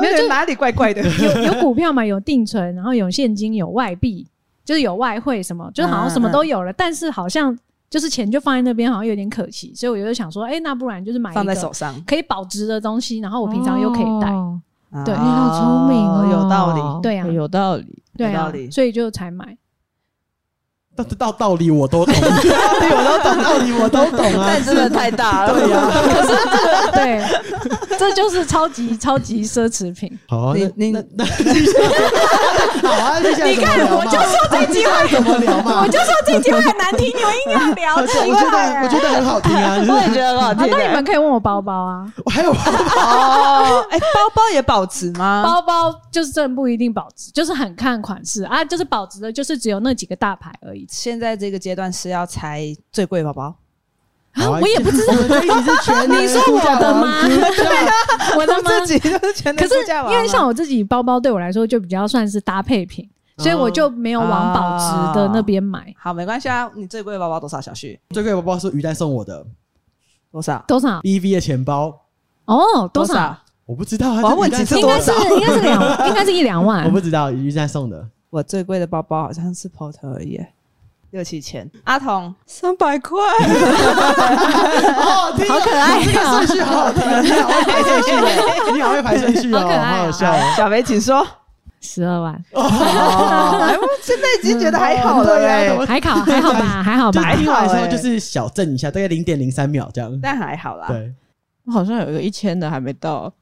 A: 没有，哪里怪怪 的。
B: 有有股票嘛，有定存，然后有现金，有外币，就是有外汇什么，就好像什么都有了，但是好像就是钱就放在那边，好像有点可惜，所以我就想说，哎、那不然就是买一个
A: 放在手上，
B: 可以保值的东西，然后我平常又可以戴，
D: 哦
B: 对
D: 你好聪明哦，
A: 啊
D: 哎
A: 有 道
B: 对啊
D: 有道理。
B: 对
A: 有道
B: 啊
A: 理，
B: 所以就才买。
C: 道道道理我都懂，道理我都懂，道理我都懂啊。
A: 真的太大 了。
C: 对呀，
B: 对，这就是超级超级奢侈品。
C: 好啊，
A: 你
C: 那
A: 你
C: 那那好啊，接下来怎么聊
B: 你看
C: 嘛
B: 我就说这句话
C: 怎么聊嘛？
B: 我就说这句话很难听，你们硬要聊，
C: 我
B: 奇
C: 觉得
B: 怪
C: 我觉得很好听 啊，就是
D: 我也觉得很好
B: 好，
D: 听
B: 那你
D: 欸
B: 们可以问我包包啊，
C: 我还有
A: 哦，哎，包包也保值 吗？
B: 包包就是真的不一定保值，就是很看款式啊，就是保值的，就是只有那几个大牌而已。
A: 现在这个阶段是要拆最贵包包，
C: 好
B: 我也不知道
C: 我们这一集是全
B: 你说我的吗？ 我的吗？
A: 自己都是全能
B: 可是
A: 自驾王
B: 因为
A: 啊
B: 像我自己包包对我来说就比较算是搭配品，所以我就没有往保值的那边买。
A: 好没关系啊，你最贵的包包多少？小旭
C: 最贵的包包是鱼蛋送我的
A: 多少？
B: 多少？
C: BV 的钱包，
B: 哦，多
A: 少？
B: 少？
C: 我不知道啊。
A: 我要问
C: 这鱼蛋
A: 几次
C: 送
B: 应
C: 我
B: 该是 应
C: 的
B: 该是两，应该是一两万
C: 我。不知道鱼蛋送的，
A: 我最贵的包包好像是 Porter 而已耶，六七千。阿童，
D: 三百块，
C: 好可啊
B: 可爱
C: 哦这个顺序好好听，你好会排顺 序哦，你好会排顺序哦，
B: 好可爱
C: 好
B: 哦
C: 好笑哦。
A: 小梅请说。
B: 十二万，
A: 哦，哎我现在已经觉得还好了哎
C: 嗯对
A: 嘞
C: 啊，
B: 还好 还好吧，还好
C: 就
B: 吧。哎
C: 是听完之后
A: 还好欸
C: 就是小震一下，大概零点零三秒这样。
A: 但还好啦。
C: 哎对，
D: 我好像有一个一千的还没到。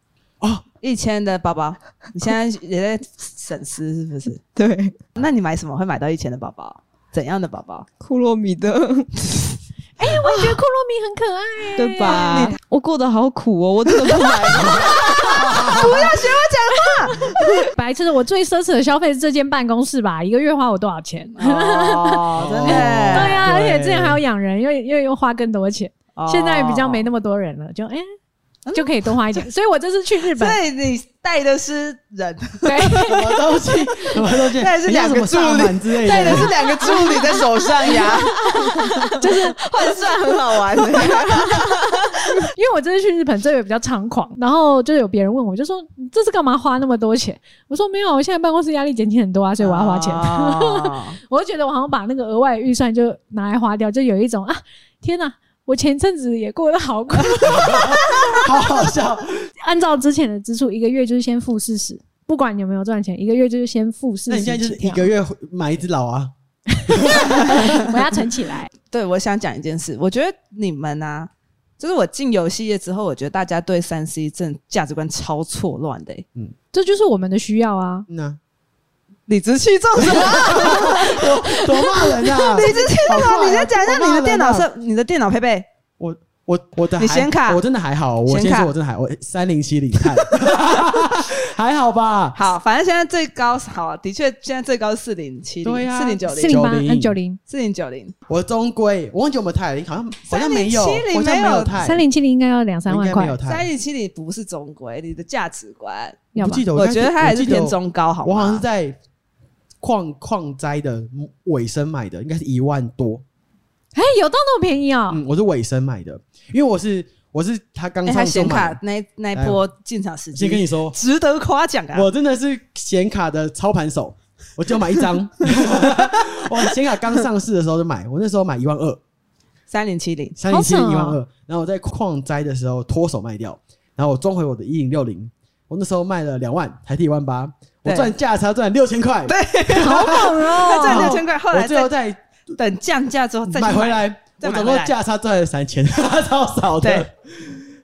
A: 一千的包包，你现在也在省思是不是？
D: 对，
A: 那你买什么会买到一千的包包？怎样的包包？
D: 库洛米 的，
B: 我觉得库洛米很可爱，
D: 对吧？我过得好苦哦，我真的不买。
B: 白痴的，我最奢侈的消费是这间办公室吧，一个月花我多少钱？
A: 哦，真的耶？
B: 对啊，而
C: 对
B: 且之前还有养人，又又又花更多钱，
A: 哦
B: 现在比较没那么多人了，就哎。
C: 嗯
B: 就可以多花一点，所以我这次去 日本，
A: 所以你带的是人，
B: 对，
C: 什么东西？什么东西？
A: 带的是两个
C: 你有什么
A: 助理
C: 萨满之类
A: 带的
C: 的。
A: 是两个助理在手上呀，就是换算很好玩。
B: 因为我这次去日本，这个比较猖狂，然后就有别人问我，就说你这是干嘛花那么多钱？我说没有，我现在办公室压力减轻很多啊，所以我要花钱。
A: 哦
B: 我就觉得我好像把那个额外的预算就拿来花掉，就有一种啊，天哪、我前阵子也过得好苦。
C: 好好 笑。
B: 按照之前的支出，一个月就是先付四十，不管有没有赚钱，一个月就是先付四
C: 那
B: 十。
C: 你现在就是一个，月买一只老啊？
B: 我要存起来。
A: 对，我想讲一件事，我觉得你们啊，就是我进游戏业之后，我觉得大家对三 C 真的价值观超错乱的欸、
B: 这就是我们的需要啊！
C: 嗯啊，
A: 理直气壮什么？
C: 多骂人 啊！
A: 理直气
C: 好怪
A: 壮！
C: 啊
A: 你先讲一下你的电脑
C: 多骂人啊
A: 设，你的电脑配备。
C: 我我的
A: 你
C: 还
A: 显卡
C: 我真的还好。我
A: 显
C: 先
A: 卡
C: 说，我真的还我三零七零 看，还好吧？
A: 好，反正现在最高好，的确现在最高四零七
C: 对
A: 零、
C: 啊
A: 四零九
B: 四
A: 零、
B: 零八、
C: 90
B: 嗯九零、
A: 四零九零，
C: 我中规，我忘记有没有泰了，好像好像没有，
A: 3070
C: 好像没
A: 没有
C: 有泰，
B: 三零七零，应该要两三
C: 我
B: 万
C: 哎应该没
B: 块
C: 有，
A: 三
C: 泰。
A: 零七零不是中规，你的价值观，
B: 要
C: 不
B: 吧
C: 记？得，
A: 我觉得它还是偏
C: 中。
A: 中高，好吗？
C: 我好像是在矿矿灾的尾声买的，应该是一万多。
B: 哎，有到那么便宜啊？
C: 嗯，我是尾声买的，因为我是我是他刚
A: 哎
C: 上
A: 它
C: 手
A: 显
C: 买
A: 卡
C: 的。哎
A: 那那一波进场时
C: 先跟
A: 机
C: 你说，
A: 值得夸奖啊！
C: 我真的是显卡的操盘手，我就买 一张。我显卡刚上市的时候就买，我那时候买一万二，
A: 三零七零，
C: 三零七
B: 好
C: 一
B: 扯
C: 万
B: 哦
C: 二，然后我在矿灾的时候脱手卖掉，然后我装回我的一零六零，我那时候卖了两万，台币一万八，我
A: 对
C: 赚价差赚六千块，
B: 好猛
A: 它
B: 哦！
A: 赚六千块，后
C: 我
A: 来
C: 最后
A: 再
C: 再
A: 等降价之后再去
C: 买回。来，
A: 再
C: 我
A: 买
C: 总
A: 回
C: 共
A: 来
C: 价差赚了三千， 超少的
A: 对。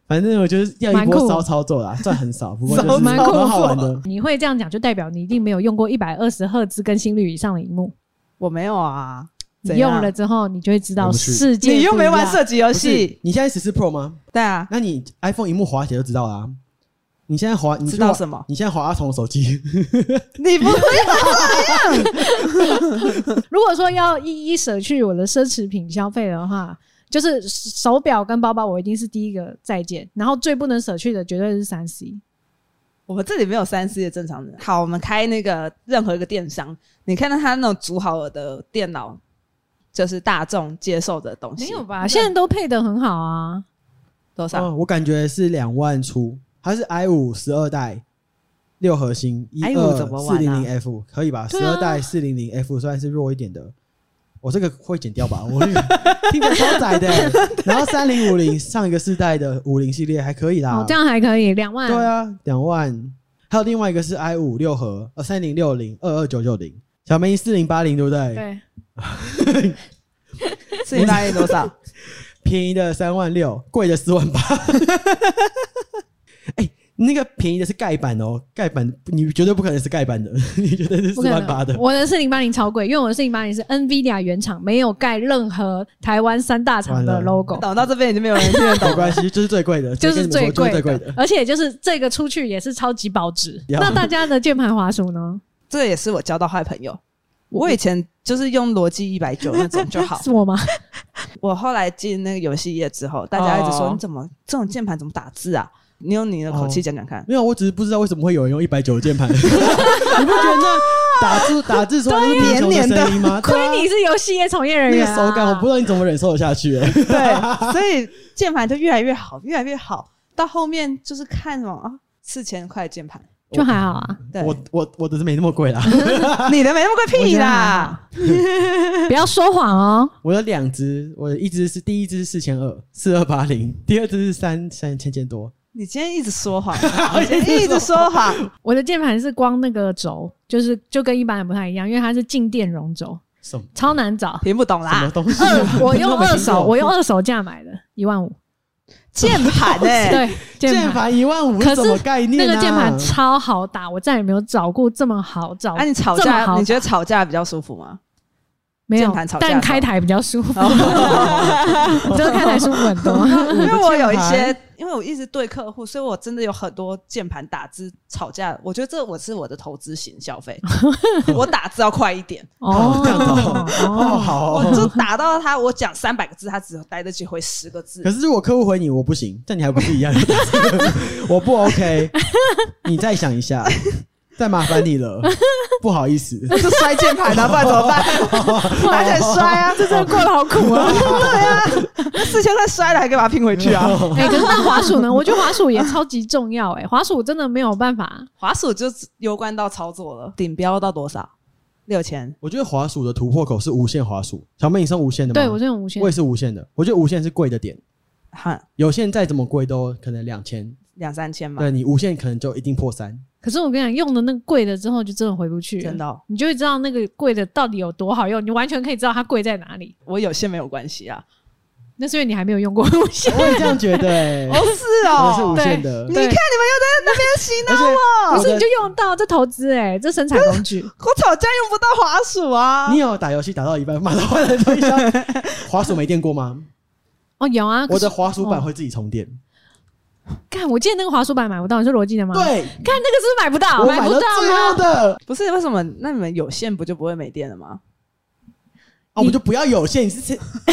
C: 反正我就是要一
B: 蛮酷
C: 波骚操作啦，赚很 少，不过就是
B: 蛮酷
C: 蛮好玩的。
B: 你会这样讲，就代表你一定没有用过一百二十赫兹更新率以上的荧幕。
A: 我没有啊，
B: 你
A: 怎样
B: 用了，之后，你就会知道
C: 我不去
B: 世界不一样。
A: 你又没玩射击游
C: 不是
A: 戏，，
C: 你现在十四 Pro 吗？
A: 对啊，
C: 那你 iPhone 屏幕滑起来就知道啦。你现在滑，你
A: 知道
C: 滑
A: 什么
C: 你现在滑阿童的手机，
A: 你 不
B: 如果说要一一舍去我的奢侈品消费的话，就是手表跟包包，我一定是第一个再见。然后最不能舍去的绝对是三 C。
A: 我们这里没有三 C 的正常人。好，我们开那个任何一个电商，你看到他那种组好的电脑，就是大众接受的东西，
B: 吧现在都配的很好啊。
A: 多少？
C: 哦我感觉是两万出，它是 i 五十二代，六核心，一
A: i5 怎么
C: 二四
A: 玩
C: 零
A: 啊
C: 零 F 可以吧？
B: 对
C: 十
B: 啊
C: 二代四零零 F 算是弱一点的，我这个会剪 掉吧？我这个听着超窄的欸、然后三零五零上一个世代的五零系列还可以啦，
B: 哦，这样还可以，两万。
C: 啊对啊，两万。还有另外一个是 i 五六核，呃，三零六零二二九九零，小明四零八零，对不对？
B: 对。
A: 自己大概多少？
C: 哦便宜的三万六，贵的四万八。 哎、那个便宜的是盖板哦，盖板你绝对不可能是盖板的， 你绝对是四
B: 不可
C: 万八
B: 能
C: 的。
B: 我的四零八零超贵，因为我的四零八零是 NVIDIA 原厂，没有盖任何台湾三大厂的
C: 完了
B: logo，
A: 等到这边已经没有人听得懂
C: 没关系，就是最贵的，
B: 就
C: 直
B: 是
C: 接跟你
B: 最贵
C: 们说就是最贵
B: 的
C: 的。，
B: 而且就是这个出去也是超级保值。
C: 要
B: 那大家的键盘滑鼠 呢？
A: 这个也是我 交到坏朋友。我以前就是用罗技一百九那种就好，
B: 是我吗？
A: 我后来进那个游戏业之后，大家一直说、
D: 哦
A: 你怎么这种键盘怎么打字啊？你用你的口气讲讲看。
C: 没有，我只是不知道为什么会有人用一百九键盘， 你不觉得那打 字打字出来都是贫穷的声音吗？
B: 亏
C: 对啊
B: 你是游戏业从业人
C: 那
B: 员、
C: 个
B: 啊，
C: 手感，我不知道你怎么忍受得下去、欸。
A: 对，所以键盘就越来越好，越来越好，到后面就是看什么啊，四千块键盘，
B: 就还好 啊，
A: 对，
C: 我我我的是没那么 贵啦，
A: 你的没那么贵屁啦，
B: 不要说谎哦。
C: 我有两只，我的一只是第一只是四千二四二八零，第二只是三三千千多，
A: 你今天一直说谎，你今天一直说谎，
B: 我的键盘是光那个轴，就是就跟一般人不太一样，因为它是静电容轴，
C: 什么
B: 超难 找。
A: 听不懂
C: 什么
A: 啦，
C: 东西啊、
B: 二，我用二手，我
C: 用
B: 用二手价买的，一万五。
A: 键盘 哎、
B: 对，
C: 键
B: 键盘
C: 盘一万五，
B: 可是
C: 什么概念、
B: 那
C: 啊？
B: 个键盘超好打，我再也没有找过这么好找。
A: 啊，你吵
B: 这么好
A: 架，
B: 打
A: 你觉得吵架比较舒服吗？
B: 没有
A: 键盘吵？架
B: 但开台比较舒服，
A: 哦
B: 我觉得开台舒服很多。
A: 因为我有一
C: 键
A: 些，因为我一直对客户，所以我真的有很多键盘打字吵架。我觉得这我是我的投资型消费，我打字要快一点，
B: 哦
C: 这样子哦哦，
B: 哦，
C: 好
A: 我
C: 哦。
A: 就打到他，我讲三百个字，他只待得起回十个字
C: 可。是如果客户回你，我不行，但你还不是 一样？我不 OK，你再想一下，再麻烦你了，不好意思。
A: 就摔键盘啊，不然怎么办？拿起来摔啊！这
B: 这 过得好苦啊！
A: 四千块摔了，还可以把它拼回去啊！
B: 哎，可是那滑鼠呢？我觉得滑鼠也超级重要哎， 滑鼠真的没有办法。
A: 滑鼠就攸关到操作了，顶标到多少？六千。
C: 我觉得滑鼠的突破口是无线滑鼠，小妹你是用无线的吗？
B: 对我这种无线
C: 我也是无线的，我觉得无线是贵的点，
A: 哈，
C: 有线再怎么贵都可能两千，
A: 两三千嘛，
C: 对你无线可能就一定破三。
B: 可是我跟你讲，用了那个贵的之后，就真的回不去了，
A: 真的哦
B: 你就会知道那个贵的到底有多好用，你完全可以知道它贵在哪里。
A: 我有些没有关系啊。
B: 那是因为你还没有用过无 线。
C: 我也这样觉得、 欸，
A: 哦，是
C: 我是
A: 哦
C: 无，线的
A: 你，看你们
B: 对
A: 又在那边洗脑
C: 而且
B: 不
C: 我
B: 是你
C: 的
B: 就用到这投资哎、这生产工具
A: 我吵架用不到滑鼠啊
C: 你！有打游戏打到一半，马上换成推 销，滑鼠没电过吗？
B: 哦有啊，
C: 我
B: 可是
C: 的滑鼠板会自己充电，
B: 看我记得那个滑鼠板买不到，你是逻
A: 哦
B: 辑的吗？，
C: 对
B: 看那个是不是买不
A: 啊
B: 到，
C: 我买
B: 不
C: 了
B: 到
C: 最好
B: 吗？
C: 的，
A: 不是为什么？那你们有线不就不会没电了吗？
C: 啊，我们就不要有线，你是谁
B: 你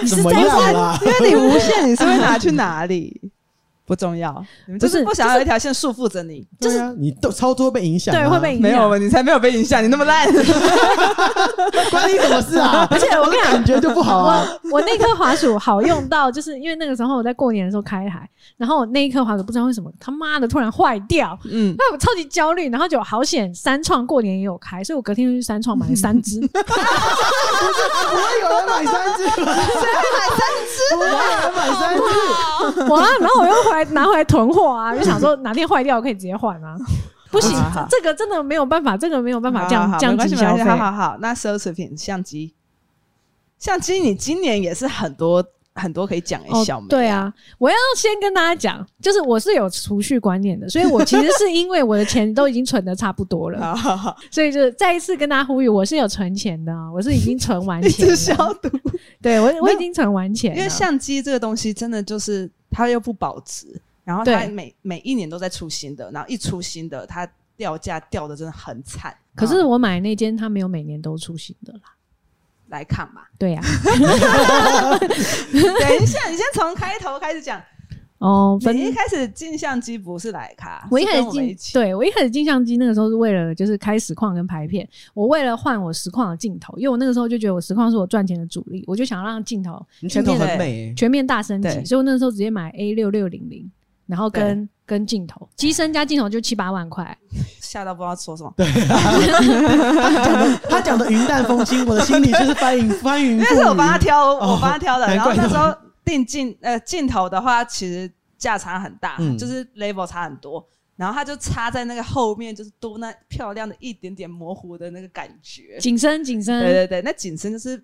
C: 怎
B: 是
C: 么
B: 在
C: 样
B: 玩
C: 啦？啊
A: 因为你无线，你是会拿去哪里？ 不重要，你们就是
B: 不是
A: 不想要有一条线束缚着你。
C: 就是你都操作被影响啊，
B: 对会被影响
A: 没有，你才没有被影响，你那么烂。
C: 关你什么事啊？
B: 而且我跟你讲
C: 感。觉就不好啊。
B: 我我那颗滑鼠好用到，就是因为那个时候我在过年的时候开台，然后我那一颗滑鼠不知道为什么他妈的突然坏掉，
A: 嗯，
B: 那我超级焦虑，然后就好险三创过年也有开，所以我隔天就去三创买了三只，
C: 不会有人买三只，谁买三只？不会有人买三只，
B: 哇！然后我又回来拿回来囤货啊，就想说哪天坏掉我可以直接换啊。不行
A: 好好，
B: 这个真的没有办法，这个没有办法降
A: 好
B: 降
A: 没关
B: 低
A: 系
B: 消
A: 没
B: 费
A: 关系。好好好，那奢侈品相机，相机你今年也是很多很多可以讲诶，小
B: 哦
A: 美。，
B: 对，啊，我要先跟大家讲，就是我是有储蓄观念的，所以我其实是因为我的钱都已经存的差不多了，
A: 好好好，
B: 所以就是再一次跟大家呼吁，我是有存钱的啊，我是已经存完
A: 一
B: 钱
A: 直消
B: 了，
A: 毒，
B: 对我我已经存完钱啊
A: 因
B: 了，
A: 为相机这个东西真的就是它又不保值，然后它
B: 对
A: 每每一年都在出新的，然后一出新的它掉价掉的真的很惨。
B: 可是
A: 嗯
B: 我买那间它没有每年都出新的啦，
A: 来看吧，
B: 对啊呀、
A: 等一下，你先从开头开始讲。
B: 哦，分
A: 你一开始进相机不是莱卡，
B: 我一开
A: 是
B: 始
A: 跟我们一
B: 进，
A: 起，
B: 对我一开始进相机那个时候是为了就是开实况跟拍片，我为了换我实况的镜头，因为我那个时候就觉得我实况是我赚钱的主力，我就想让镜头
C: 你
A: 镜头很
C: 美欸
B: 全面大升级，
A: 对
B: 所以我那时候直接买 A 六六零零，然后跟跟镜头，机身加镜头就七八万块，
A: 吓到不知道说什么。
C: 他讲的云淡风轻，我的心里就是翻云 翻云
A: 因为
C: 覆
A: 是我帮他
C: 雨。
A: 挑，我帮他挑的。
C: 哦
A: 然后那
C: 难
A: 时
C: 怪
A: 候定镜呃镜头的话，其实价差很大，
C: 嗯
A: 就是 level 差很多。然后他就插在那个后面，就是多那漂亮的一点点模糊的那个感觉。
B: 紧身紧身，
A: 对对对，那景深就是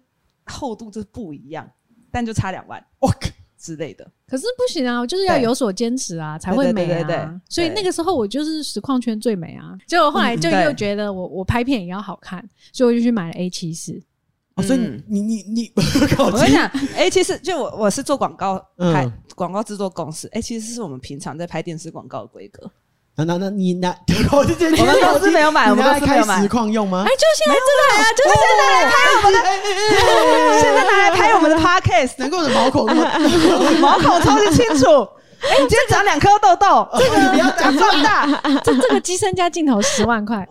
A: 厚度就是不一样，但就差两万
C: 我靠
A: 之类的。
B: 可是不行啊，就是要有所坚持啊，才会
A: 对
B: 美啊。
A: 对对对对
B: 所以那个时候我就是实况圈最美啊。结果后来就
A: 嗯对
B: 又觉得我、我拍片也要好看，所以我就去买了 A 七四。
C: 哦所以
A: 嗯
C: 你你你， 我
A: 我跟你讲，哎，其实就我我是做广告拍
C: 嗯
A: 广告制作公司，哎，其实是我们平常在拍电视广告的规格。
C: 那那那你拿， 我就直接
A: 我们公司没有买，我
C: 你
A: 们
C: 拿
A: 公司没
C: 来
A: 有
C: 开
A: 买
C: 实。况用吗
B: 哎，？就现在真
A: 对啊，就是现在来拍我们的，现在拿来拍我们的 podcast，
C: 难怪我的毛孔那么……
A: 毛孔超级清楚。哎，你今天长两颗痘痘，这个不要讲放大。
B: 的这这个机身加镜头十万块，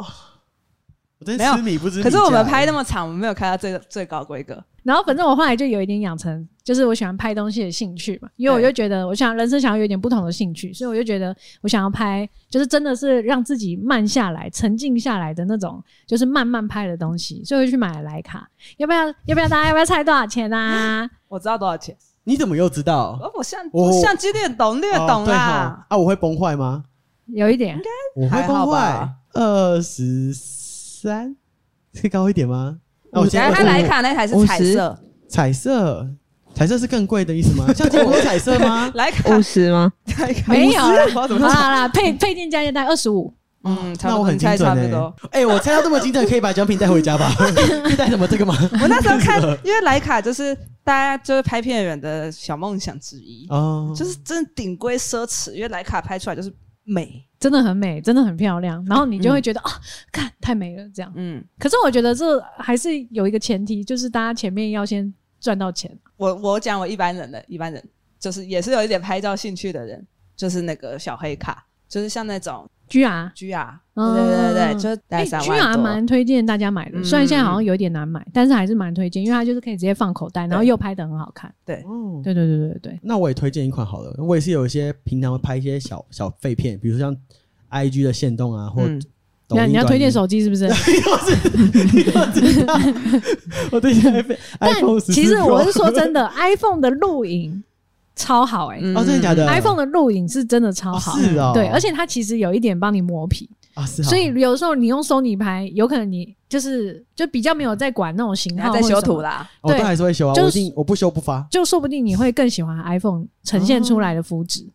C: 我真
A: 没有
C: 痴迷不知。
A: 可是我们拍那，么长，我们没有开到最最高规格。
B: 然后反正我后来就有一点养成，就是我喜欢拍东西的兴趣嘛，因为我
A: 对
B: 就觉得我想人生想要有一点不同的兴趣，所以我就觉得我想要拍，就是真的是让自己慢下来、沉静下来的那种，就是慢慢拍的东西，所以我就去买了徕卡。要不要？要不要？大家要不要猜多少钱啊？
A: 我知道多少钱，
C: 你怎么又知道？
A: 我我相
C: 我
A: 我相机略懂略懂
C: 哦对
A: 啦
C: 哈。啊！我会崩坏吗？
B: 有一点，
C: 我会
A: 还好
C: 崩坏
A: 吧。
C: 二十三，可以高一点吗？那我
A: 嗯等
C: 先
A: 下
C: 问
A: 他徕卡那台是彩色，
C: 彩色，彩色是更贵的
A: ？
C: 意思吗？像结果有彩色吗
A: 徕卡
D: 五十吗？
A: 徕卡
B: 没有啦
A: 50我啊怎么
B: 好啦
A: 猜
B: 好啦，配配件加起来大概二十五，
A: 嗯， 差
C: 那
A: 不多，
C: 我很
A: 你猜
C: 精
A: 差
C: 准
A: 不
C: 欸
A: 多。
C: 哎、我猜到这么精准，可以把奖品带回家吧？可以带什么这个吗？
A: 我那时 候看，因为徕卡就是大家就是拍片人的小梦想之一，
C: 哦，
A: 就是真的顶规奢侈，因为徕卡拍出来就是美，
B: 真的很美，真的很漂亮。然后你就会 觉得啊、看太美了这样。
A: 嗯。
B: 可是我觉得这还是有一个前提，就是大家前面要先赚到钱。
A: 我我讲我一般人的一般人，就是也是有一点拍照兴趣的人，就是那个小黑卡，就是像那种
B: GR
A: GR，、
B: 嗯
A: 对对对对，就是大
B: 哎
A: 概
B: 居
A: 三
B: 然
A: 万多。
B: 蛮推荐大家买的，
A: 嗯
B: 虽然现在好像有点难买，但是还是蛮推荐，因为它就是可以直接放口袋，然后又拍的很好看。
C: 哦
B: 对对对对对，
C: 那我也推荐一款好了，我也是有一些平常会拍一些小小废片，比如像 I G 的线动啊，或
A: 嗯，
C: 抖
B: 你要
C: 音
B: 你要推荐
C: 短
B: 手机是不 是？
C: 影，我推荐 iPhone
B: 但
C: iPhone 14
B: 其实
C: Pro
B: 我是说 真的，iPhone 的录影超好哎、
A: 嗯
C: 哦，真的假的
B: iPhone 的录影是真的超
C: 哦
B: 好，
C: 是哦，
B: 对，而且它其实有一点帮你磨皮，
C: 啊是哦，
B: 所以有时候你用 Sony 拍，有可能你就是就比较没有在管那种型
A: 你
B: 号
A: 还在
B: 或者
A: 修
B: 什么
A: 图，啦，
C: 哦我
B: 对
C: 都还是会修啊，
B: 就是
C: 我一定我不修不发。
B: 就说不定你会更喜欢 iPhone 呈现
A: 哦
B: 出来的肤质。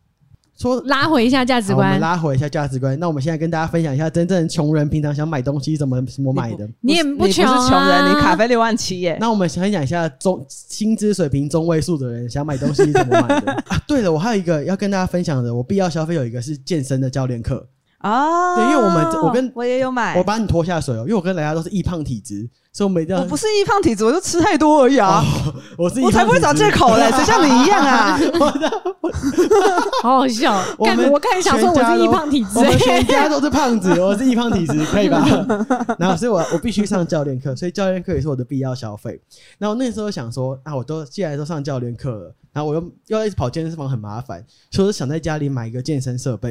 C: 说
B: 拉回一下价值
C: 好我们
B: 观，
C: 拉回一下价值观，那我们现在跟大家分享一下真正穷人平常想买东西怎么怎么买的。
B: 你也
A: 不
B: 穷、
A: 是
B: 啊、
A: 穷人，你卡费六万七耶。
C: 那我们想讲一下中薪资水平中位数的人想买东西怎么 买的啊？对了，我还有一个要跟大家分享的，我必要消费有一个是健身的教练课。
A: 哦，
C: 对因为我们我跟
A: 我也有买，
C: 我把你拖下水哦，因为我跟大家都是易胖体质，所以我们一定要
A: 我不是易胖体质，我就吃太多而已啊，
C: 我是易
A: 我才
C: 胖
A: 不会
C: 体
A: 找
C: 质
A: 借口嘞，谁像你一样 啊？
B: 好好笑。
C: 我
B: 干
C: 们
B: 我刚才想说我是易胖体质
C: 我，们全家都是胖子，我是易胖体质，可以吧？ 然后，所以我我必须上教练课，所以教练课也是我的必要消费。然后那时候想说啊，我都既然都上教练课了，然后我又又要一直跑健身房很麻烦，所以我就想在家里买一个健身设备。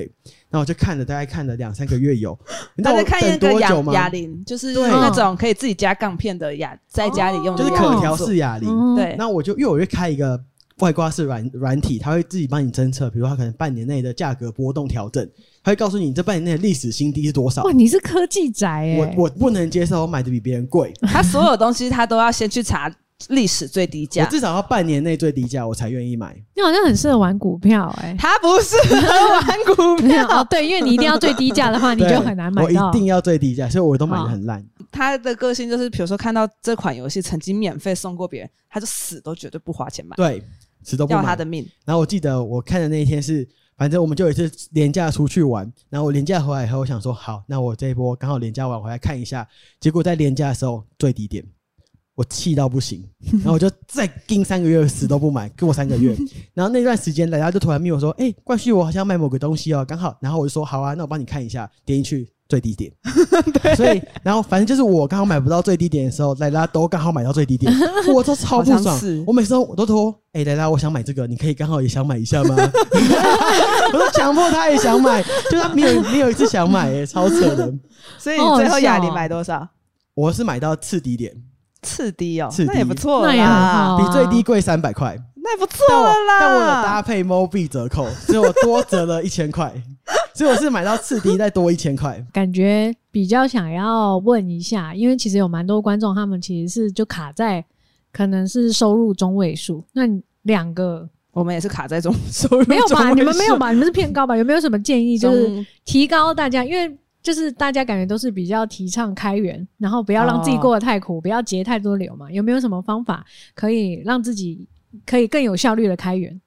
C: 然后我就看了大概看了两三个月有，你知
A: 大家
C: 道我
A: 看一
C: 等
A: 个
C: 多
A: 哑
C: 久吗？
A: 哑铃，就是
C: 对
A: 那种可以自己加杠片的哑，在家里用
C: 就
A: 的
C: 是
A: 哑铃
C: 可调式哑铃。
B: 嗯，
A: 对，
C: 那我就因为我会开一个外挂式软软体，它会自己帮你侦测，比如说它可能半年内的价格波动调整，它会告诉你这半年内的历史新低是多少
B: 哇，。你是科技宅哎、
C: 我我不能接受我买的比别人贵，
A: 他所有东西他都要先去查历史最低
C: 我
A: 价。
C: 至少要半年内最低价我才愿意买。
B: 你好像很适合玩股票 哎、
A: 他不适合玩股
B: 哦
A: 票，，
B: 对，因为你一定要最低价的啊话，你
C: 对
B: 就很难买
C: 我
B: 到哦
C: 一。定要最低价，所以我都买的很烂。
A: 他的个性就是，比如说看到这款游戏曾经免费送过别人，他就死都绝对不花钱买，
C: 对，死都不
A: 要他
C: 买
A: 的。命。
C: 然后我记得我看的那一天是，反正我们就有一次廉价出去玩，然后我廉价回来以后，我想说好，那我这一波刚好廉价完回来看一下，结果在廉价的时候最低点，我气到不行，然后我就再盯三个月死都不买，给我三 个月。然后那段时间，大家就突然密我说，哎、冠旭，我好像买某个东西哦，刚好，然后我就说好啊，那我帮你看一下，点进去。最 低点，所以然后反正就是我刚好买不到最低点的时候，莱拉都刚好买到 最低点，我都
A: 好
C: 超不
A: 像
C: 爽
A: 是。
C: 我每次都我都说，哎、莱拉，我想买这个，你可以刚好也想买一下 吗？我都强迫他也想买，就他没有没有一次想买、哎，超扯的。
A: 所以你
B: 啊
A: 最后哑铃买多少？
C: 我是买到次低点，
A: 次低哦
C: 次，低
A: 那也不错啦，
B: 那也很好啊
C: 比最低贵三百块，
A: 那也不错
C: 但我
A: 啦。
C: 但我有搭配 MOBI 折扣，所以我多折了一千 块，所以我是买到次低再多一千块。
B: 感觉比较想要问一下，因为其实有蛮多观众，他们其实是就卡在可能是收入中位数。那你两 个
A: 我们也是卡在中收入
B: 没有
A: 中
B: 吧？
A: 位
B: 你们没有
A: 数？
B: 吧？你们是偏高吧？有没有什么建议？就是
A: 中
B: 提高大家，因为就是大家感觉都是比较提倡开源，然后不要让自己过得太苦，不要节太多流嘛。有没有什么方法可以让自己可以更有效率的开源？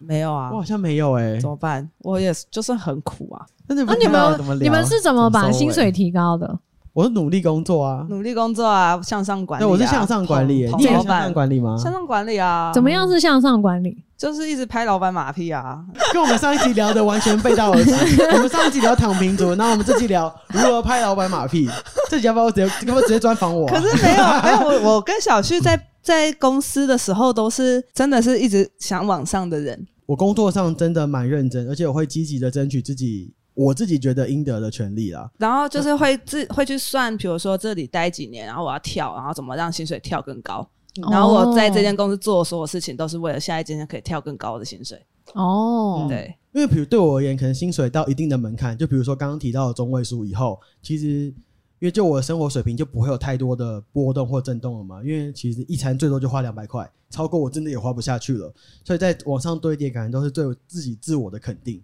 A: 没有啊
C: 我，好像没有哎、
A: 怎么办？我也是就是很苦啊，
C: 真的不
B: 那你
C: 知道怎么
B: 们
C: 聊啊
B: 你们是怎么把
C: 收尾
B: 薪水提高的？
C: 欸
A: 哦
C: 我是努力工作啊，
A: 努力工作啊，向上管理、
C: 对，
A: 啊。
C: 我是向上管理、欸，
A: 捧
C: 你也
A: 捧老
C: 是向上
A: 板，
C: 管理吗？
A: 向上管理啊，
B: 怎么样是向上管理？
A: 就是一直拍老板马屁啊？
C: 跟我们上一集聊的完全背 道而驰。我们上一集聊躺平族，那我们这集聊如何拍老板马屁。这集要不要直接，要不要直接专访我、啊？
A: 可是没有没有，我我跟小旭 在在公司的时候都是真的是一直想往上的人，
C: 我工作上真的蛮认真，而且我会积极的争取自己我自己觉得应得的权利啦。
A: 然后
C: 嗯
A: 就是会自会去算，比如说这里待几年，然后我要跳，然后怎么让薪水跳更高。嗯
C: 哦
A: 然后我在这间公司做的所有事情，都是为了下一间可以跳更高的薪水。
B: 哦，
A: 嗯对，
C: 因为比如对我而言，可能薪水到一定的门槛，就比如说刚刚提到的中位数以后，其实因为就我的生活水平就不会有太多的波动或震动了嘛。因为其实一餐最多就花两百块，超过我真的也花不下去了。所以在往上堆叠，感觉都是对我自己自我的肯定。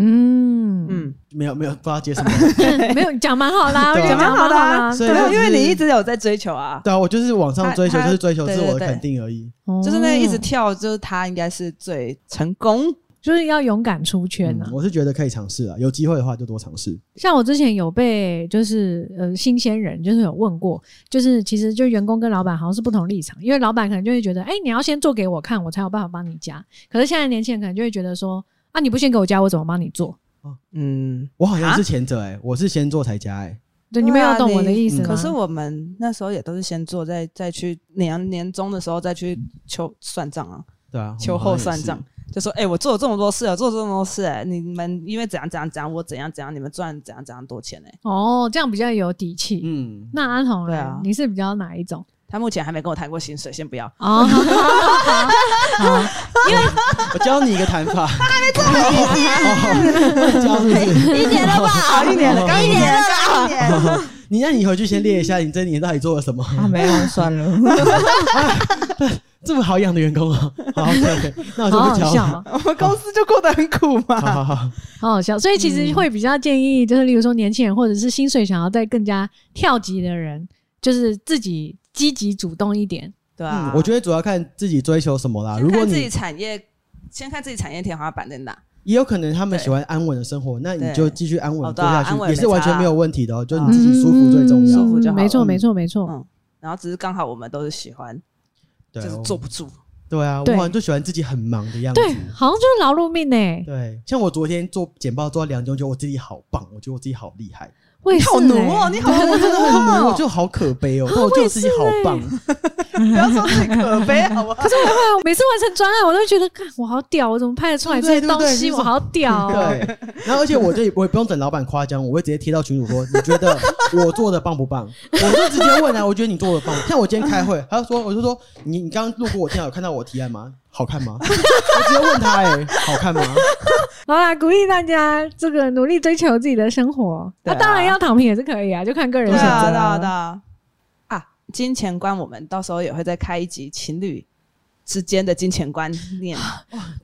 B: 嗯嗯，
A: 嗯，
C: 没有没有，不知道接 什么。
B: 没有讲蛮好啦，
C: 对啊
B: 讲蛮好
A: 讲蛮好的啊
B: 啦
C: 所以
A: 没有，
C: 就是
A: 因为你一直有在追求啊，
C: 对啊，我就是往上追求，
A: 他
C: 就
A: 他
C: 是追求自
A: 对对
C: 我的
A: 对
C: 肯定而已。
A: 就是那个一直
B: 哦
A: 跳，就是他应该是最成功。
B: 就是要勇敢出圈啊
C: 嗯。我是觉得可以尝试啊，有机会的话就多尝试。
B: 像我之前有被就是呃新鲜人就是有问过，就是其实就员工跟老板好像是不同立场，因为老板可能就会觉得，哎、你要先做给我看，我才有办法帮你加。可是现在年轻人可能就会觉得说，啊，你不先给我加，我怎么帮你做？
A: 嗯，
C: 我好像是前者哎、欸，我是先做才加哎、欸。
B: 对，你没有
A: 对啊
B: 懂我的
A: 你
B: 意思吗？
A: 可是我们那时候也都是先做，再再去年年终的时候再去求算账啊，
C: 对啊，
A: 秋
C: 我好
A: 后
C: 像
A: 算
C: 也是
A: 账，就说：“哎、我做了这么多事啊，做了这么多事、哎，你们因为怎样怎样怎样，我怎样怎样，你们赚怎样怎样多钱哎、
B: 哦，这样比较有底气。
C: 嗯，
B: 那安红
A: 对
B: 呢？
A: 啊
B: 你是比较哪一种？
A: 他目前还没跟我谈过薪水，先不要。
B: 哦，好好好好
C: 我教你一个谈法，他还没做好，教 你。哦
D: 一年了吧？
A: 一年了，刚一年了，刚一年了。
C: 你那你回去先列一下，你这一年到底做了什么？
D: 啊，没有，算 了。
C: 这么好养的员工啊！好，OK，那我就
B: 好好
C: 不教
B: 笑
C: 了。
B: 哦，
A: 我们公司就过得很苦
C: 好
A: 嘛。
C: 好好，
B: 好好笑。所以其实会比较建议，就是例如说年轻人或者是薪水想要再更加跳级的人，就是自己积极主动一点。
A: 对
C: 嗯
A: 啊，
C: 我觉得主要看自己追求什么啦。
A: 得
C: 如
A: 先
C: 果
A: 看自己
C: 你
A: 产业，先看自己产业天花板在哪。
C: 也有可能他们喜欢安稳的生活，那你就
A: 对
C: 继续安稳
A: 哦
C: 地做
A: 对啊
C: 下
A: 安稳
C: 去，
A: 没
C: 也是完
A: 差
C: 全
A: 啊
C: 没有问题的哦。就你自己舒服最重
A: 嗯
C: 要。
A: 舒服就好
B: 没错，
A: 嗯
B: 没错，没错。
A: 嗯然后只是刚好我们都是喜欢，就
C: 对啊
A: 是
C: 我
A: 坐不住。
C: 对啊，我
B: 对
C: 好像就喜欢自己很忙的样子。
B: 对，好像就是劳碌命哎，
C: 对，像我昨天做简报做到两点，我觉得我自己好棒，我觉得我自己好厉害，
B: 我也
A: 你
B: 是
A: 好奴哦，啊
B: 欸
A: 你好奴，真的
C: 很努力，
A: 很
C: 我就好可悲哦，但我觉得我自己好棒。
A: 不要说自己可悲，好不好？可是
B: 对啊，每次完成专案，我都觉得，看我好屌，我怎么拍得出来这些
C: 对对对
B: 东西？
C: 就是
B: 我好屌哦。
C: 对，然后而且我这我也不用等老板夸奖，我会直接贴到群主 说，你觉得我做的棒不棒？我就直接问啊，我觉得你做的棒。像我今天开 会，他就说，我就说你你刚刚路过我电脑，有看到我提案吗？好看吗？我直接问他、欸，好看吗？
B: 好啦，鼓励大家这个努力追求自己的生活。那
A: 对啊
B: 当然要躺平也是可以啊，就看个人
A: 对
B: 选择
A: 啊，对啊，对
B: 啊。
A: 啊。啊，金钱观，我们到时候也会再开一集情侣之间的金钱观念。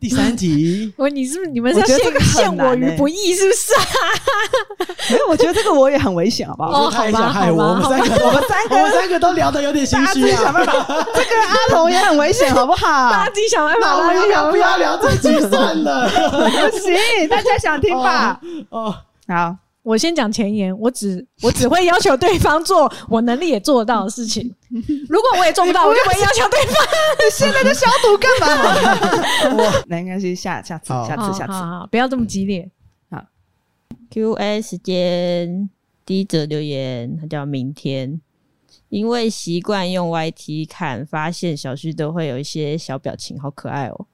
C: 第三集，
B: 我你是不是你们是要
A: 我觉得这
B: 陷
A: 个很
B: 陷我
A: 难
B: 于
A: 欸
B: 不义是不是啊？
A: 没有，我觉得这个我也很危险，好不
C: 我
A: 哦好？
C: 觉得他也想害我，
B: 好
C: 我
B: 吧
C: 们
B: 好
C: 三个，我们三个，我们三个都聊得有点心
A: 大家自
C: 虚
A: 己想
C: 啊。
A: 办法。这个阿童也很危险，好 不
B: 大
A: 好
B: 家？自己想办
C: 那
B: 法，
C: 我
B: 大
C: 们
B: 家
C: 要
B: 自
C: 不
B: 己想
C: 要
B: 办
C: 不
B: 法
C: 要聊这集算了？
A: 不行，大家想听吧？
C: 哦，
A: 好，
B: 我先讲前言，我只我只会要求对方做我能力也做得到的 事情。如果我也做不到，我就不会要求对方。
A: 你现在就消毒干嘛？ 我那应该是下下次
C: 好
A: 下次下次
B: 哦好。好好不要这么激烈。
D: Q&A 时间，第一则留言，他叫明天。因为习惯用 YT 看，发现小旭都会有一些小表情，好可爱哦。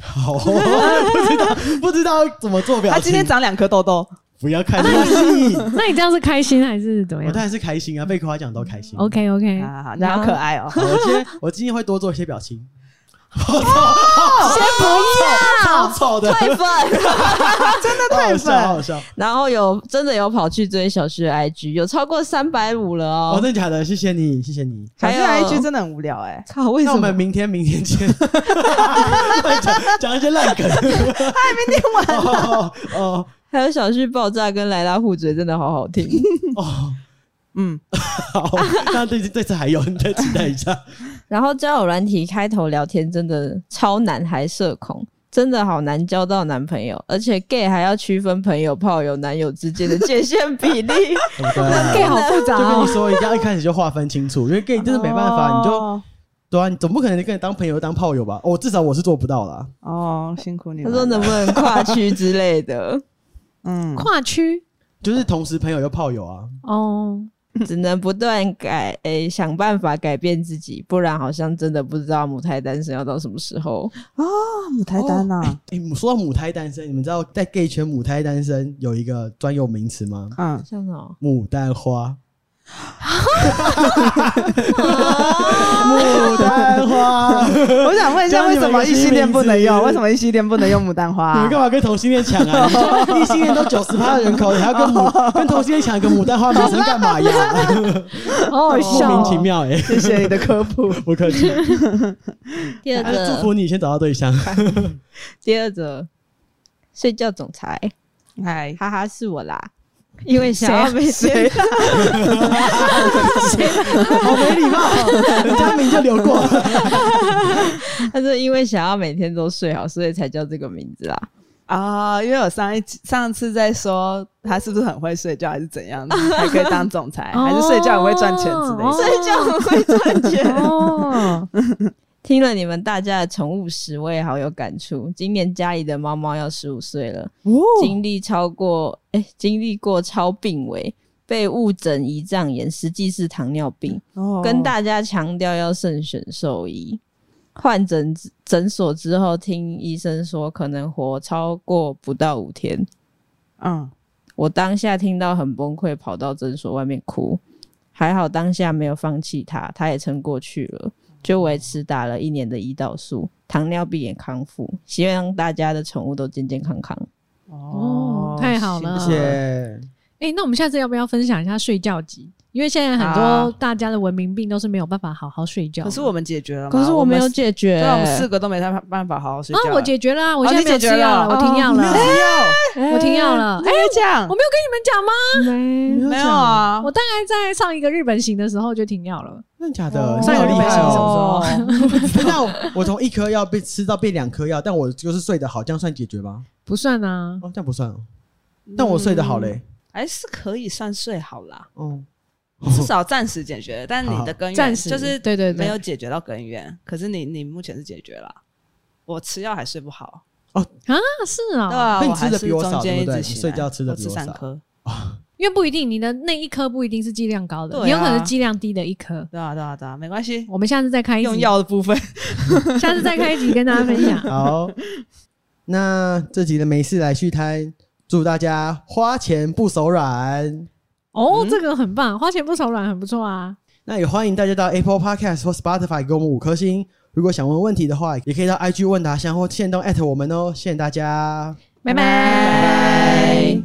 C: 好哦， 不知道不知道怎么做表
A: 他
C: 情。
A: 今天长两颗痘痘，
C: 不要看那么细，
B: 那你这样是开心还是怎么
C: 我当
B: 样
C: 然是开心啊，被夸奖都开心。
B: ？OK OK，
A: 啊，好那好可爱哦。
C: 好我今天 我今天会多做一些表情。
B: 先不
A: 哦
C: 超
B: 要。
C: 丑的，
D: 太粉。
C: 好
A: 粉
C: 笑，好笑。
D: 然后有真的有跑去追小旭的 IG，有超过三百五了
C: 哦，
D: 哦。
C: 真的假的？谢谢你，谢谢你。
A: 还有
D: 还有
A: IG 真的很无聊哎，
D: 靠，为
C: 那
D: 什
C: 我
D: 么
C: 们？明天明天见。讲讲一些烂梗。哎，明天晚了。哦
D: 还有小旭爆炸跟莱拉互嘴，真的好好听。
C: 哦，
A: 嗯，
C: 好，那这次这次还有，你再期待一下。
D: 然后交友软体开头聊天真的超难，还社恐。真的好难交到男朋友，而且 gay 还要区分朋友、炮友、男友之间的界限比例。
C: 对不对
B: gay 好复杂
C: 就跟
B: 哦
C: 你。说一定要一开始就划分清楚，因为 gay 真的没办法，你就
A: 哦
C: 对啊，你总不可能跟你当朋友当炮友吧？哦，至少我是做不到啦。
A: 哦，辛苦你
D: 他
A: 们
D: 说
A: 了。
D: 能不能跨区之类的，
A: 嗯，
B: 跨区
C: 就是同时朋友又炮友啊，
B: 哦，
D: 只能不断改，诶、想办法改变自己，不然好像真的不知道母胎单身要到什么时候。
A: 啊母胎单呐、
C: 哎、说到母胎单身，你们知道在 gay 圈母胎单身有一个专有名词吗？
A: 嗯，
D: 像哦，
C: 牡丹花。牡丹花，
A: 我想问一下，
C: 这样
A: 为
C: 你们
A: 什么
C: 有
A: 异性恋不能
C: 新名
A: 用？
C: 字
A: 为什么异性恋不能用牡丹花、
C: 你们干嘛跟同性恋抢啊？你说异性恋都九十趴的人口，你还要跟牡跟同性恋抢一个牡丹花名称干嘛呀？
B: 好好
C: 莫
B: 笑
C: 名其
B: 哦。
C: 妙哎、
A: 谢谢你的科普。
C: 不客气，
D: 第二
C: 哎祝
D: 个，
C: 福你先找到 对象。
D: 第二个，睡觉总裁，
A: 哎，
D: 哈哈，是我啦，因为想要每天
A: 谁啊
C: 好没礼貌、哦，人家名就留过。
D: 他说因为想要每天都睡好，所以才叫这个名字啦。
A: 啊，因为我上一集上次在说他是不是很会睡觉，还是怎样，还可以当总裁，哎还是睡觉很会赚钱之类
B: 哦
A: 的。
D: 睡觉很会赚钱。
B: 哦，
D: 听了你们大家的宠物史，我也好有感触。今年家里的猫猫要十五岁了，
A: 哦，
D: 经历超过哎、经历过超病危，被误诊胰脏炎，实际是糖尿病。
A: 哦
D: 跟大家强调要慎选兽医。换诊诊所之后，听医生说可能活超过不到五天。
A: 嗯，
D: 我当下听到很崩溃，跑到诊所外面哭。还好当下没有放弃他，他也撑过去了，就维持打了一年的胰岛素，糖尿病也康复。希望大家的宠物都健健康康。
B: 哦太好了
A: 谢谢
C: 谢。
B: 哎，那我们下次要不要分享一下睡觉集？因为现在很多
A: 啊
B: 大家的文明病都是没有办法好好睡觉。
A: 可是我们解决了吗，
D: 可是我没有
A: 们
D: 解决，
A: 对啊，我们四个都没办法办法好好睡
B: 啊
A: 觉了。，
B: 我解决啦，我
A: 哦
B: 现在
A: 你
B: 没有
A: 解
B: 吃
A: 决
B: 药
A: 了
B: 我停药
A: 哦
B: 了，
A: 没有吃药
D: 欸
B: 我停药了。
A: 没
B: 哎，
A: 讲
B: 我，没有跟你们讲吗？
D: 哎
A: 没
C: 没
A: 有，啊，
B: 我大概在上一个日本行的时候就停药了。
C: 真的假的？
B: 上一
C: 你好
B: 个
C: 厉
B: 礼拜
C: 害
B: 是什
C: 哦！
B: 么
A: 时候？
C: 那我我从一颗药被吃到变两颗药，但我就是睡得好，这样算解决吗？
B: 不算啊，
C: 哦，这样不算哦。
B: 嗯
C: 但我睡得好嘞。
A: 还是可以算睡好啦，
C: 哦，
A: 至少暂时解决。但你的根源
B: 暂时
A: 就是
B: 对对对
A: 没有解决到根源，可是你你目前是解决了。我吃药还睡不好，
B: 那是
A: 对
B: 啊，
A: 啊，
C: 哦那你
A: 我还
C: 吃得
A: 是
C: 比我
A: 中
C: 少
A: 间
C: 对
A: 一
C: 不对
A: 直醒
C: 你
A: 来
C: 睡觉吃得
A: 我
C: 比
A: 吃
C: 我
A: 三
C: 少。
A: 颗，
B: 因为不一定你的那一颗不一定是剂量高的，
A: 对啊
B: 你有可能是剂量低的一颗。
A: 对啊对啊对啊，没关系。
B: 我们下次再开一
A: 用
B: 集，
A: 药的部分，
B: 下次再开一集跟大家分 享
C: 好。那这集的没事来续摊，祝大家花钱不手软。
B: 哦，
A: 嗯
B: 这个很棒，花钱不手软，很不错啊。
C: 那也欢迎大家到 Apple Podcast 或 Spotify 给我们五颗星。如果想问问题的话，也可以到 IG 问答箱或线动 at 我们哦。谢谢大家。
B: 拜
A: 拜
B: 拜。